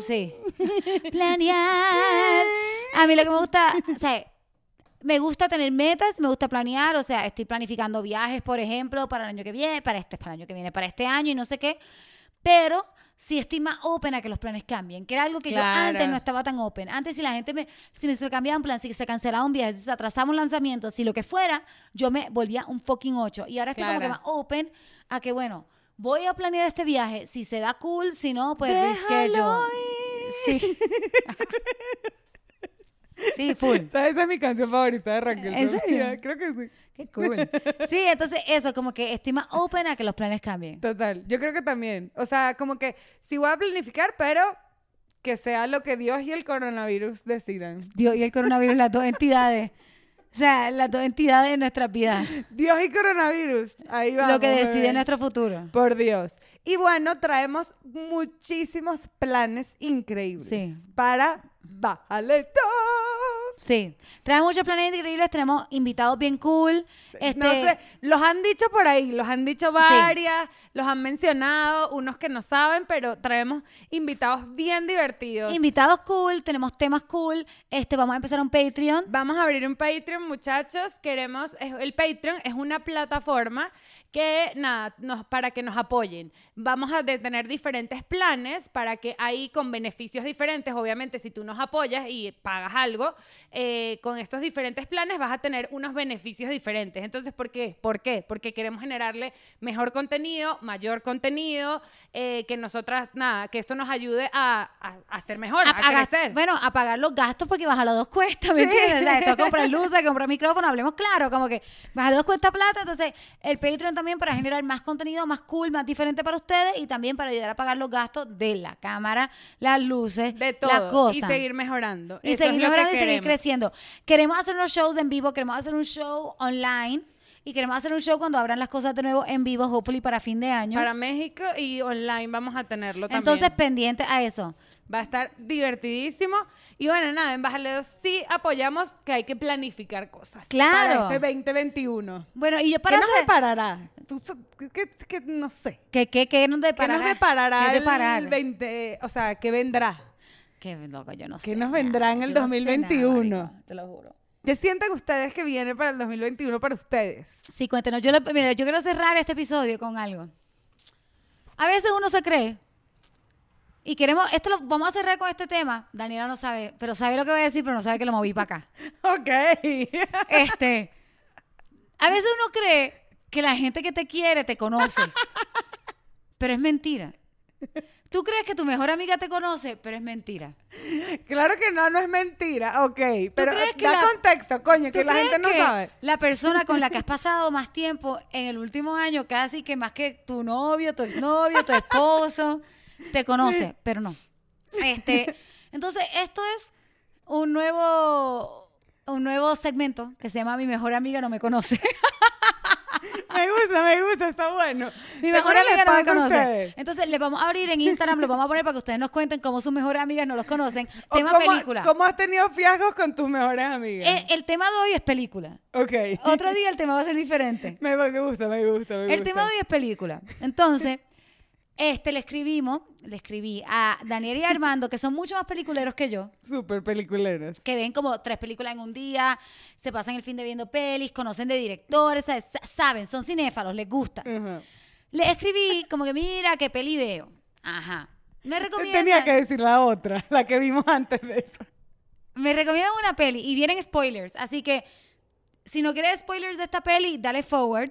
Speaker 2: sí. planear. A mí lo que me gusta, o sea, me gusta tener metas, me gusta planear, o sea, estoy planificando viajes, por ejemplo, para el año que viene, para este, para el año que viene, para este año y no sé qué, pero sí estoy más open a que los planes cambien, que era algo que yo
Speaker 1: Claro.
Speaker 2: antes no estaba tan open. Antes si la gente me, si me se cambiaba un plan, si se cancelaba un viaje, si se atrasaba un lanzamiento, si lo que fuera, yo me volvía un fucking 8. Y ahora estoy como que
Speaker 1: Claro.
Speaker 2: más open a que, bueno, voy a planear este viaje, si se da cool, si no, pues
Speaker 1: Déjalo
Speaker 2: reschedule.
Speaker 1: ir.
Speaker 2: Sí. sí, full.
Speaker 1: ¿Sabes? Esa es mi canción favorita de Raquel.
Speaker 2: ¿En
Speaker 1: Sofía.
Speaker 2: serio?
Speaker 1: Creo que sí.
Speaker 2: Qué cool. Sí, entonces eso, como que estoy más open a que los planes cambien.
Speaker 1: Total. Yo creo que también. O sea, como que sí voy a planificar, pero que sea lo que Dios y el coronavirus decidan.
Speaker 2: Dios y el coronavirus, las dos entidades. O sea, las dos entidades de nuestras vidas.
Speaker 1: Dios y coronavirus. Ahí vamos.
Speaker 2: lo que decide
Speaker 1: bebé.
Speaker 2: nuestro futuro.
Speaker 1: Por Dios. Y bueno, traemos muchísimos planes increíbles
Speaker 2: Sí.
Speaker 1: para Bájale dos.
Speaker 2: Sí. Traemos muchos planes increíbles, tenemos invitados bien cool. Este,
Speaker 1: No sé, los han dicho por ahí, los han dicho varias, los han mencionado, unos que no saben, pero traemos invitados bien divertidos.
Speaker 2: Invitados cool, tenemos temas cool. Este, vamos a empezar un Patreon.
Speaker 1: Vamos a abrir un Patreon, muchachos. Queremos, es- el Patreon es una plataforma que, nada, nos, para que nos apoyen. Vamos a de- tener diferentes planes para que ahí con beneficios diferentes, obviamente si tú nos apoyas y pagas algo, eh, con estos diferentes planes vas a tener unos beneficios diferentes. Entonces, ¿por qué? ¿Por qué? Porque queremos generarle mejor contenido, mayor contenido, eh, que nosotras, nada, que esto nos ayude a, a, a ser mejor, a,
Speaker 2: A- a gast-
Speaker 1: crecer.
Speaker 2: bueno, a pagar los gastos porque baja las dos cuestas, ¿me entiendes? O sea, esto comprar luces, comprar micrófono, hablemos claro, como que baja las dos cuestas plata, entonces el Patreon también para generar más contenido, más cool, más diferente para ustedes y también para ayudar a pagar los gastos de la cámara, las luces,
Speaker 1: de
Speaker 2: la
Speaker 1: todo
Speaker 2: cosa.
Speaker 1: y seguir mejorando.
Speaker 2: y
Speaker 1: Eso es
Speaker 2: seguir
Speaker 1: lo que
Speaker 2: mejorando y seguir
Speaker 1: queremos.
Speaker 2: creciendo. Queremos hacer unos shows en vivo, queremos hacer un show online y queremos hacer un show cuando abran las cosas de nuevo en vivo, hopefully para fin de año.
Speaker 1: Para México y online vamos a tenerlo también.
Speaker 2: entonces, pendiente a eso.
Speaker 1: va a estar divertidísimo. Y bueno, nada, en Bájale dos sí apoyamos que hay que planificar cosas.
Speaker 2: Claro.
Speaker 1: Para este 2021.
Speaker 2: Bueno, y yo
Speaker 1: ¿Qué
Speaker 2: para
Speaker 1: nos
Speaker 2: hacer-
Speaker 1: deparará? Tú so- ¿Qué, qué- qué- no sé.
Speaker 2: ¿Qué, qué, qué nos
Speaker 1: ¿Qué
Speaker 2: deparará?
Speaker 1: nos deparará
Speaker 2: ¿Qué deparar?
Speaker 1: el 20? O sea, ¿qué vendrá?
Speaker 2: Qué loco, yo no sé.
Speaker 1: ¿Qué nos
Speaker 2: nada,
Speaker 1: vendrá en el
Speaker 2: yo no sé nada,
Speaker 1: 2021?
Speaker 2: marico, te lo juro.
Speaker 1: ¿Qué sienten ustedes que viene para el 2021 para ustedes?
Speaker 2: Sí, cuéntenos. Yo, lo- mira, yo quiero cerrar este episodio con algo. A veces uno se cree. Y queremos, esto lo vamos a cerrar con este tema. Daniela no sabe, pero sabe lo que voy a decir, pero no sabe que lo moví para acá.
Speaker 1: Ok.
Speaker 2: Este, a veces uno cree que la gente que te quiere te conoce, pero es mentira. Tú crees que tu mejor amiga te conoce, pero es mentira.
Speaker 1: claro que no, no es mentira. Ok. Pero
Speaker 2: crees que
Speaker 1: da
Speaker 2: la-
Speaker 1: contexto, coño,
Speaker 2: ¿Tú
Speaker 1: que la
Speaker 2: crees
Speaker 1: gente no
Speaker 2: que
Speaker 1: sabe.
Speaker 2: La persona con la que has pasado más tiempo en el último año, casi que más que tu novio, tu exnovio, tu esposo, te conoce, pero no. Este, entonces, esto es un nuevo, un nuevo segmento que se llama Mi mejor amiga no me conoce.
Speaker 1: gusta, me gusta, está bueno.
Speaker 2: Mi mejor amiga no me conoce. Entonces, les vamos a abrir en Instagram, lo vamos a poner para que ustedes nos cuenten cómo sus mejores amigas no los conocen. tema
Speaker 1: cómo,
Speaker 2: película. Eh,
Speaker 1: ¿Cómo has tenido fiascos con tus mejores amigas?
Speaker 2: El, el tema de hoy es película.
Speaker 1: ok.
Speaker 2: Otro día el tema va a ser diferente.
Speaker 1: Me, me gusta, me gusta, me gusta.
Speaker 2: El tema de hoy es película. Entonces, este le escribimos, le escribí a Daniel y a Armando, que son mucho más peliculeros que yo,
Speaker 1: Súper peliculeros.
Speaker 2: que ven como tres películas en un día, se pasan el fin de viendo pelis, conocen de directores, ¿sabes? Sa- saben, son cinéfalos, les gusta.
Speaker 1: Ajá.
Speaker 2: Le escribí como que, mira, qué peli veo. Ajá. Me recomiendan,
Speaker 1: Eh, Tenía que decir la otra, la que vimos antes de esa.
Speaker 2: me recomiendan una peli y vienen spoilers, así que si no quieres spoilers de esta peli, dale forward.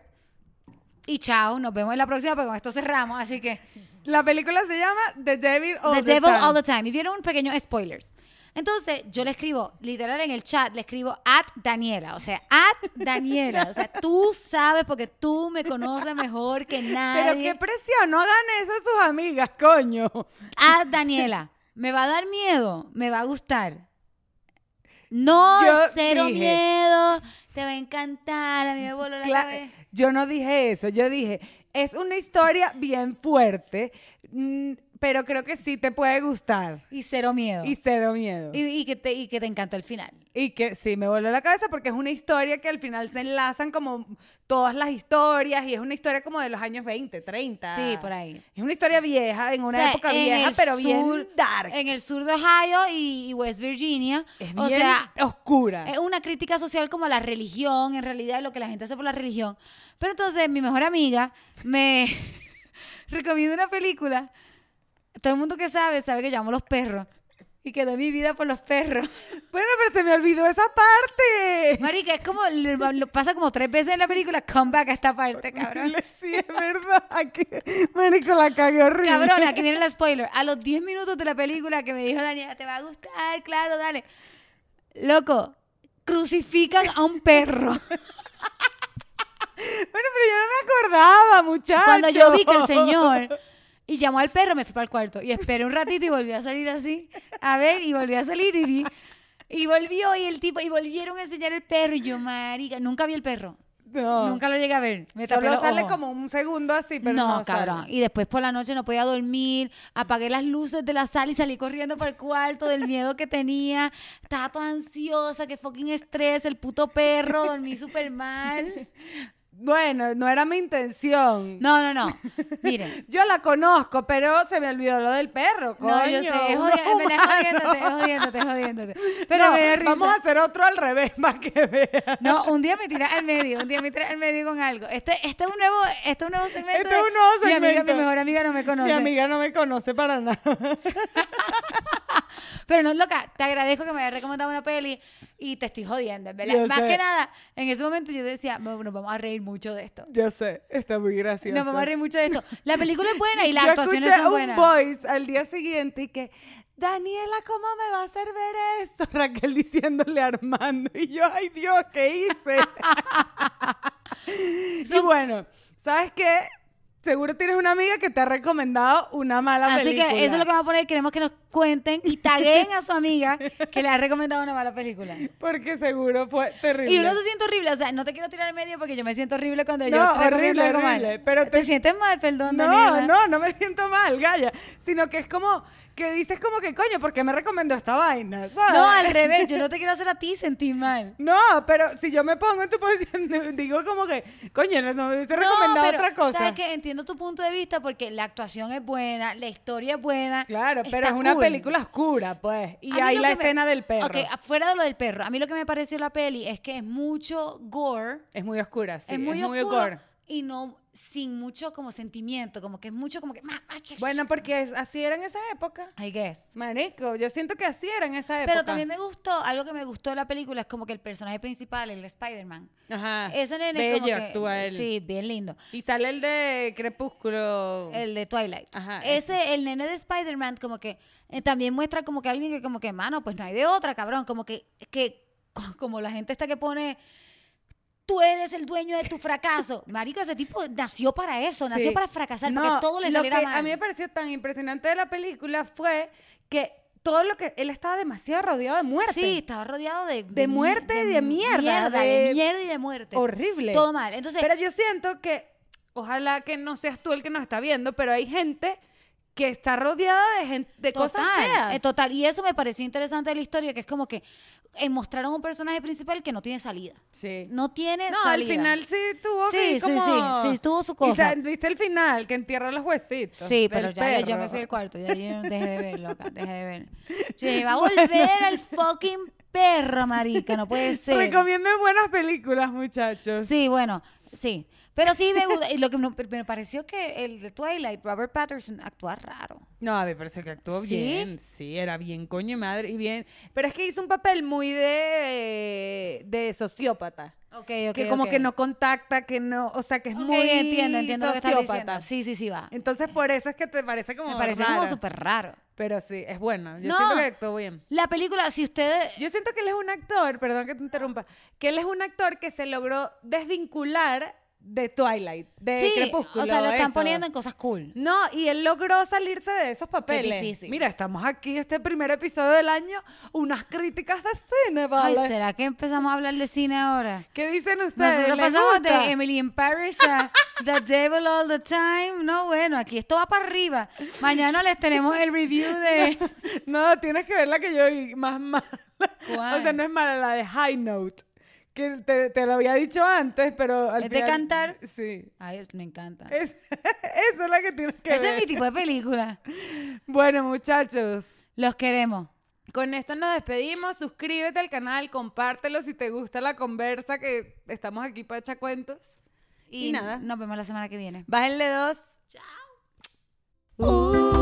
Speaker 2: Y chao, nos vemos en la próxima, porque con esto cerramos, así que...
Speaker 1: La película se llama The Devil All
Speaker 2: the,
Speaker 1: the,
Speaker 2: Devil
Speaker 1: Time.
Speaker 2: All the Time. Y vieron un pequeño spoilers. Entonces, yo le escribo, literal en el chat, le escribo at Daniela. O sea, at Daniela. O sea, tú sabes porque tú me conoces mejor que
Speaker 1: Pero
Speaker 2: nadie.
Speaker 1: qué presión, no hagan eso a sus amigas, coño.
Speaker 2: At Daniela. Me va a dar miedo, me va a gustar. No,
Speaker 1: Yo
Speaker 2: cero
Speaker 1: dije-
Speaker 2: miedo. Te va a encantar. A mí me voló la
Speaker 1: Cla-
Speaker 2: cabeza.
Speaker 1: yo no dije eso, yo dije, es una historia bien fuerte, mm, pero creo que sí te puede gustar.
Speaker 2: Y cero miedo.
Speaker 1: Y
Speaker 2: Y,
Speaker 1: cero miedo. Y,
Speaker 2: y que te, y que te encantó el final.
Speaker 1: que sí, me voló la cabeza porque es una historia que al final se enlazan como todas las historias y es una historia como de los años 20, 30.
Speaker 2: Sí, por ahí.
Speaker 1: Es una historia vieja, en una
Speaker 2: O sea,
Speaker 1: época
Speaker 2: en
Speaker 1: vieja,
Speaker 2: el
Speaker 1: pero
Speaker 2: sur-
Speaker 1: bien dark.
Speaker 2: En el sur de Ohio y, y West Virginia.
Speaker 1: es bien
Speaker 2: o sea,
Speaker 1: oscura.
Speaker 2: es una crítica social como a la religión, en realidad, lo que la gente hace por la religión. Pero entonces, mi mejor amiga me recomienda una película. Todo el mundo que sabe, sabe que yo amo los perros. Y que doy mi vida por los perros.
Speaker 1: Bueno, pero se me olvidó esa parte.
Speaker 2: Marica, es como, lo lo pasa como tres veces en la película, come back a esta parte, cabrón.
Speaker 1: Sí, es verdad. que- Marico, la cagué horrible.
Speaker 2: Cabrón, aquí viene el spoiler. A los 10 minutos de la película que me dijo Daniela, te va a gustar, claro, dale. Loco, crucifican a un perro.
Speaker 1: Bueno, pero yo no me acordaba, muchacho.
Speaker 2: Cuando yo vi que el señor y llamó al perro, me fui para el cuarto y esperé un ratito y volví a salir así. A ver, y volví a salir y vi. Y volvió y el tipo, y volvieron a enseñar el perro. Y yo, marica, nunca vi el perro.
Speaker 1: No.
Speaker 2: Nunca lo llegué a ver. Me tapé
Speaker 1: Solo
Speaker 2: los
Speaker 1: sale
Speaker 2: ojos.
Speaker 1: como un segundo así, pero
Speaker 2: no,
Speaker 1: no,
Speaker 2: cabrón.
Speaker 1: sale.
Speaker 2: Y después por la noche no podía dormir, apagué las luces de la sala y salí corriendo para el cuarto del miedo que tenía. Estaba toda ansiosa, que fucking estrés, el puto perro, dormí súper mal.
Speaker 1: Bueno, no era mi intención.
Speaker 2: No, no, no. Miren.
Speaker 1: Yo la conozco, pero se me olvidó lo del perro, coño.
Speaker 2: No, yo sé, es
Speaker 1: uno
Speaker 2: jodi- en verdad es
Speaker 1: humano.
Speaker 2: jodiéndote, es jodiéndote, es jodiéndote. Pero
Speaker 1: No,
Speaker 2: me da risa.
Speaker 1: Vamos a hacer otro al revés para que vean.
Speaker 2: No, un día me tiras al medio, un día me tiras al medio con algo. Este, este es un nuevo, este es un nuevo segmento.
Speaker 1: Este es
Speaker 2: de
Speaker 1: un nuevo
Speaker 2: Mi, amiga,
Speaker 1: segmento.
Speaker 2: mi mejor amiga no me conoce.
Speaker 1: Mi amiga no me conoce para nada.
Speaker 2: Pero no es loca, te agradezco que me hayas recomendado una peli y te estoy jodiendo, en ¿verdad?
Speaker 1: Yo
Speaker 2: Más
Speaker 1: sé.
Speaker 2: que nada, en ese momento yo decía, "Bueno, nos vamos a reír mucho de esto.
Speaker 1: Yo sé, está muy gracioso.
Speaker 2: Nos vamos a reír mucho de esto. La película es buena y las
Speaker 1: Yo
Speaker 2: actuaciones
Speaker 1: escuché
Speaker 2: son
Speaker 1: un
Speaker 2: buenas.
Speaker 1: voice al día siguiente y que, Daniela, ¿cómo me va a hacer ver esto? Raquel diciéndole a Armando. Y yo, ay Dios, ¿qué hice? y
Speaker 2: Son-
Speaker 1: bueno, ¿sabes qué? Seguro tienes una amiga que te ha recomendado una mala
Speaker 2: Así
Speaker 1: película.
Speaker 2: que eso es lo que vamos a poner. Queremos que nos cuenten y taguen a su amiga que le ha recomendado una mala película.
Speaker 1: Porque seguro fue terrible.
Speaker 2: Y uno se siente horrible. O sea, no te quiero tirar al medio porque yo me siento horrible cuando yo
Speaker 1: No,
Speaker 2: te recomiendo
Speaker 1: horrible,
Speaker 2: algo mal.
Speaker 1: horrible, pero
Speaker 2: te...
Speaker 1: te-
Speaker 2: sientes mal, perdón,
Speaker 1: No,
Speaker 2: Daniela.
Speaker 1: no, no me siento mal, Gaya. Sino que es como que dices como que, coño, ¿por qué me recomendó esta vaina? ¿Sabes?
Speaker 2: No, al revés. Yo no te quiero hacer a ti sentir mal.
Speaker 1: No, pero si yo me pongo en tu posición, digo como que, coño, no, no me hubiese
Speaker 2: No,
Speaker 1: recomendado
Speaker 2: pero,
Speaker 1: otra cosa.
Speaker 2: Sabes que entiendo tu punto de vista porque la actuación es buena, la historia es buena.
Speaker 1: Claro, pero
Speaker 2: está
Speaker 1: es una
Speaker 2: cool.
Speaker 1: película oscura, pues. Y
Speaker 2: A mí
Speaker 1: hay
Speaker 2: lo
Speaker 1: la
Speaker 2: que me-
Speaker 1: escena del perro.
Speaker 2: Ok, afuera de lo del perro, a mí lo que me pareció la peli es que es mucho gore,
Speaker 1: Es muy oscura, sí.
Speaker 2: es muy oscuro
Speaker 1: gore.
Speaker 2: y no sin mucho como sentimiento, como que es mucho como que ma- ma- ch-
Speaker 1: Bueno, porque es- así era en esa época.
Speaker 2: I guess.
Speaker 1: Marico, yo siento que así era en esa época.
Speaker 2: Pero también me gustó, algo que me gustó de la película es como que el personaje principal, el Spider-Man.
Speaker 1: Ajá.
Speaker 2: Ese nene
Speaker 1: Bello
Speaker 2: como que-
Speaker 1: Ah, actúa él.
Speaker 2: Sí, bien lindo.
Speaker 1: Y sale el de Crepúsculo.
Speaker 2: El de Twilight.
Speaker 1: Oh. Ajá,
Speaker 2: ese, el nene de Spider-Man, como que eh, también muestra como que alguien que, como que, mano, pues no hay de otra, cabrón. Como que, que co- como la gente esta que pone, tú eres el dueño de tu fracaso. Marico, ese tipo nació para eso, nació
Speaker 1: Sí.
Speaker 2: para fracasar,
Speaker 1: No,
Speaker 2: porque todo le
Speaker 1: lo
Speaker 2: saliera
Speaker 1: que
Speaker 2: mal.
Speaker 1: A mí me pareció tan impresionante de la película fue que todo lo que. Él estaba demasiado rodeado de muerte.
Speaker 2: Sí, estaba rodeado de.
Speaker 1: De muerte y de mierda,
Speaker 2: mierda, de,
Speaker 1: de-
Speaker 2: mierda y de muerte.
Speaker 1: Horrible.
Speaker 2: Todo mal. Entonces,
Speaker 1: Pero yo siento que ojalá que no seas tú el que nos está viendo, pero hay gente que está rodeada de, gente, de cosas feas.
Speaker 2: eh, total. Y eso me pareció interesante de la historia, que es como que eh, mostraron un personaje principal que no tiene salida.
Speaker 1: Sí.
Speaker 2: No tiene
Speaker 1: No, al
Speaker 2: salida.
Speaker 1: final sí tuvo
Speaker 2: Sí,
Speaker 1: que
Speaker 2: sí,
Speaker 1: como...
Speaker 2: sí, sí, tuvo su cosa.
Speaker 1: Y sa- ¿Viste el final? Que entierra los huesitos.
Speaker 2: Sí, pero
Speaker 1: del
Speaker 2: ya yo- yo me
Speaker 1: perro.
Speaker 2: fui al cuarto, ya yo dejé de verlo acá, dejé de verlo. Yo dije, va a volver al fucking perro, marica, no puede ser.
Speaker 1: Recomienden buenas películas, muchachos.
Speaker 2: Sí, bueno, sí. Pero sí me gusta, y lo que me, me pareció que el de Twilight, Robert Patterson, actúa raro.
Speaker 1: No, a ver, parece que actuó
Speaker 2: ¿Sí?
Speaker 1: bien. Sí, era bien coño y madre. Y bien. Pero es que hizo un papel muy de, de sociópata.
Speaker 2: Ok,
Speaker 1: que como que no contacta, que no. O sea, que es
Speaker 2: Ok,
Speaker 1: muy.
Speaker 2: entiendo, entiendo lo que estás
Speaker 1: sociópata.
Speaker 2: diciendo. Sí, sí, sí, va.
Speaker 1: Entonces, por eso es que te parece como.
Speaker 2: Me pareció
Speaker 1: rara.
Speaker 2: como súper raro.
Speaker 1: Pero sí, es bueno. Yo
Speaker 2: No.
Speaker 1: siento que actuó bien.
Speaker 2: La película, si ustedes...
Speaker 1: Yo siento que él es un actor, perdón que te interrumpa, que él es un actor que se logró desvincular de Twilight, de
Speaker 2: sí,
Speaker 1: Eh, Crepúsculo.
Speaker 2: o sea, lo están
Speaker 1: eso.
Speaker 2: poniendo en cosas cool.
Speaker 1: No, y él logró salirse de esos papeles.
Speaker 2: difícil.
Speaker 1: Mira, estamos aquí, este primer episodio del año, unas críticas de cine, ¿vale?
Speaker 2: Ay, ¿será que empezamos a hablar de cine ahora?
Speaker 1: ¿Qué dicen ustedes?
Speaker 2: Nosotros
Speaker 1: ¿Les
Speaker 2: pasamos
Speaker 1: gusta?
Speaker 2: de Emily in Paris a The Devil All the Time. No, bueno, aquí esto va para arriba. Mañana les tenemos el review de.
Speaker 1: No, tienes que ver la que yo vi, más mala.
Speaker 2: ¿Cuál?
Speaker 1: O sea, no es mala, la de High Note, que te, te lo había dicho antes, pero al
Speaker 2: ¿Es de
Speaker 1: final-
Speaker 2: cantar?
Speaker 1: Sí.
Speaker 2: Ay, es- me encanta.
Speaker 1: Es- esa es la que tienes que
Speaker 2: Ese
Speaker 1: ver.
Speaker 2: es mi tipo de película.
Speaker 1: Bueno, muchachos.
Speaker 2: Los queremos.
Speaker 1: Con esto nos despedimos. Suscríbete al canal, compártelo si te gusta la conversa, que estamos aquí para echar cuentos. Y nada.
Speaker 2: Nos vemos la semana que viene.
Speaker 1: Bájenle dos.
Speaker 2: Uh.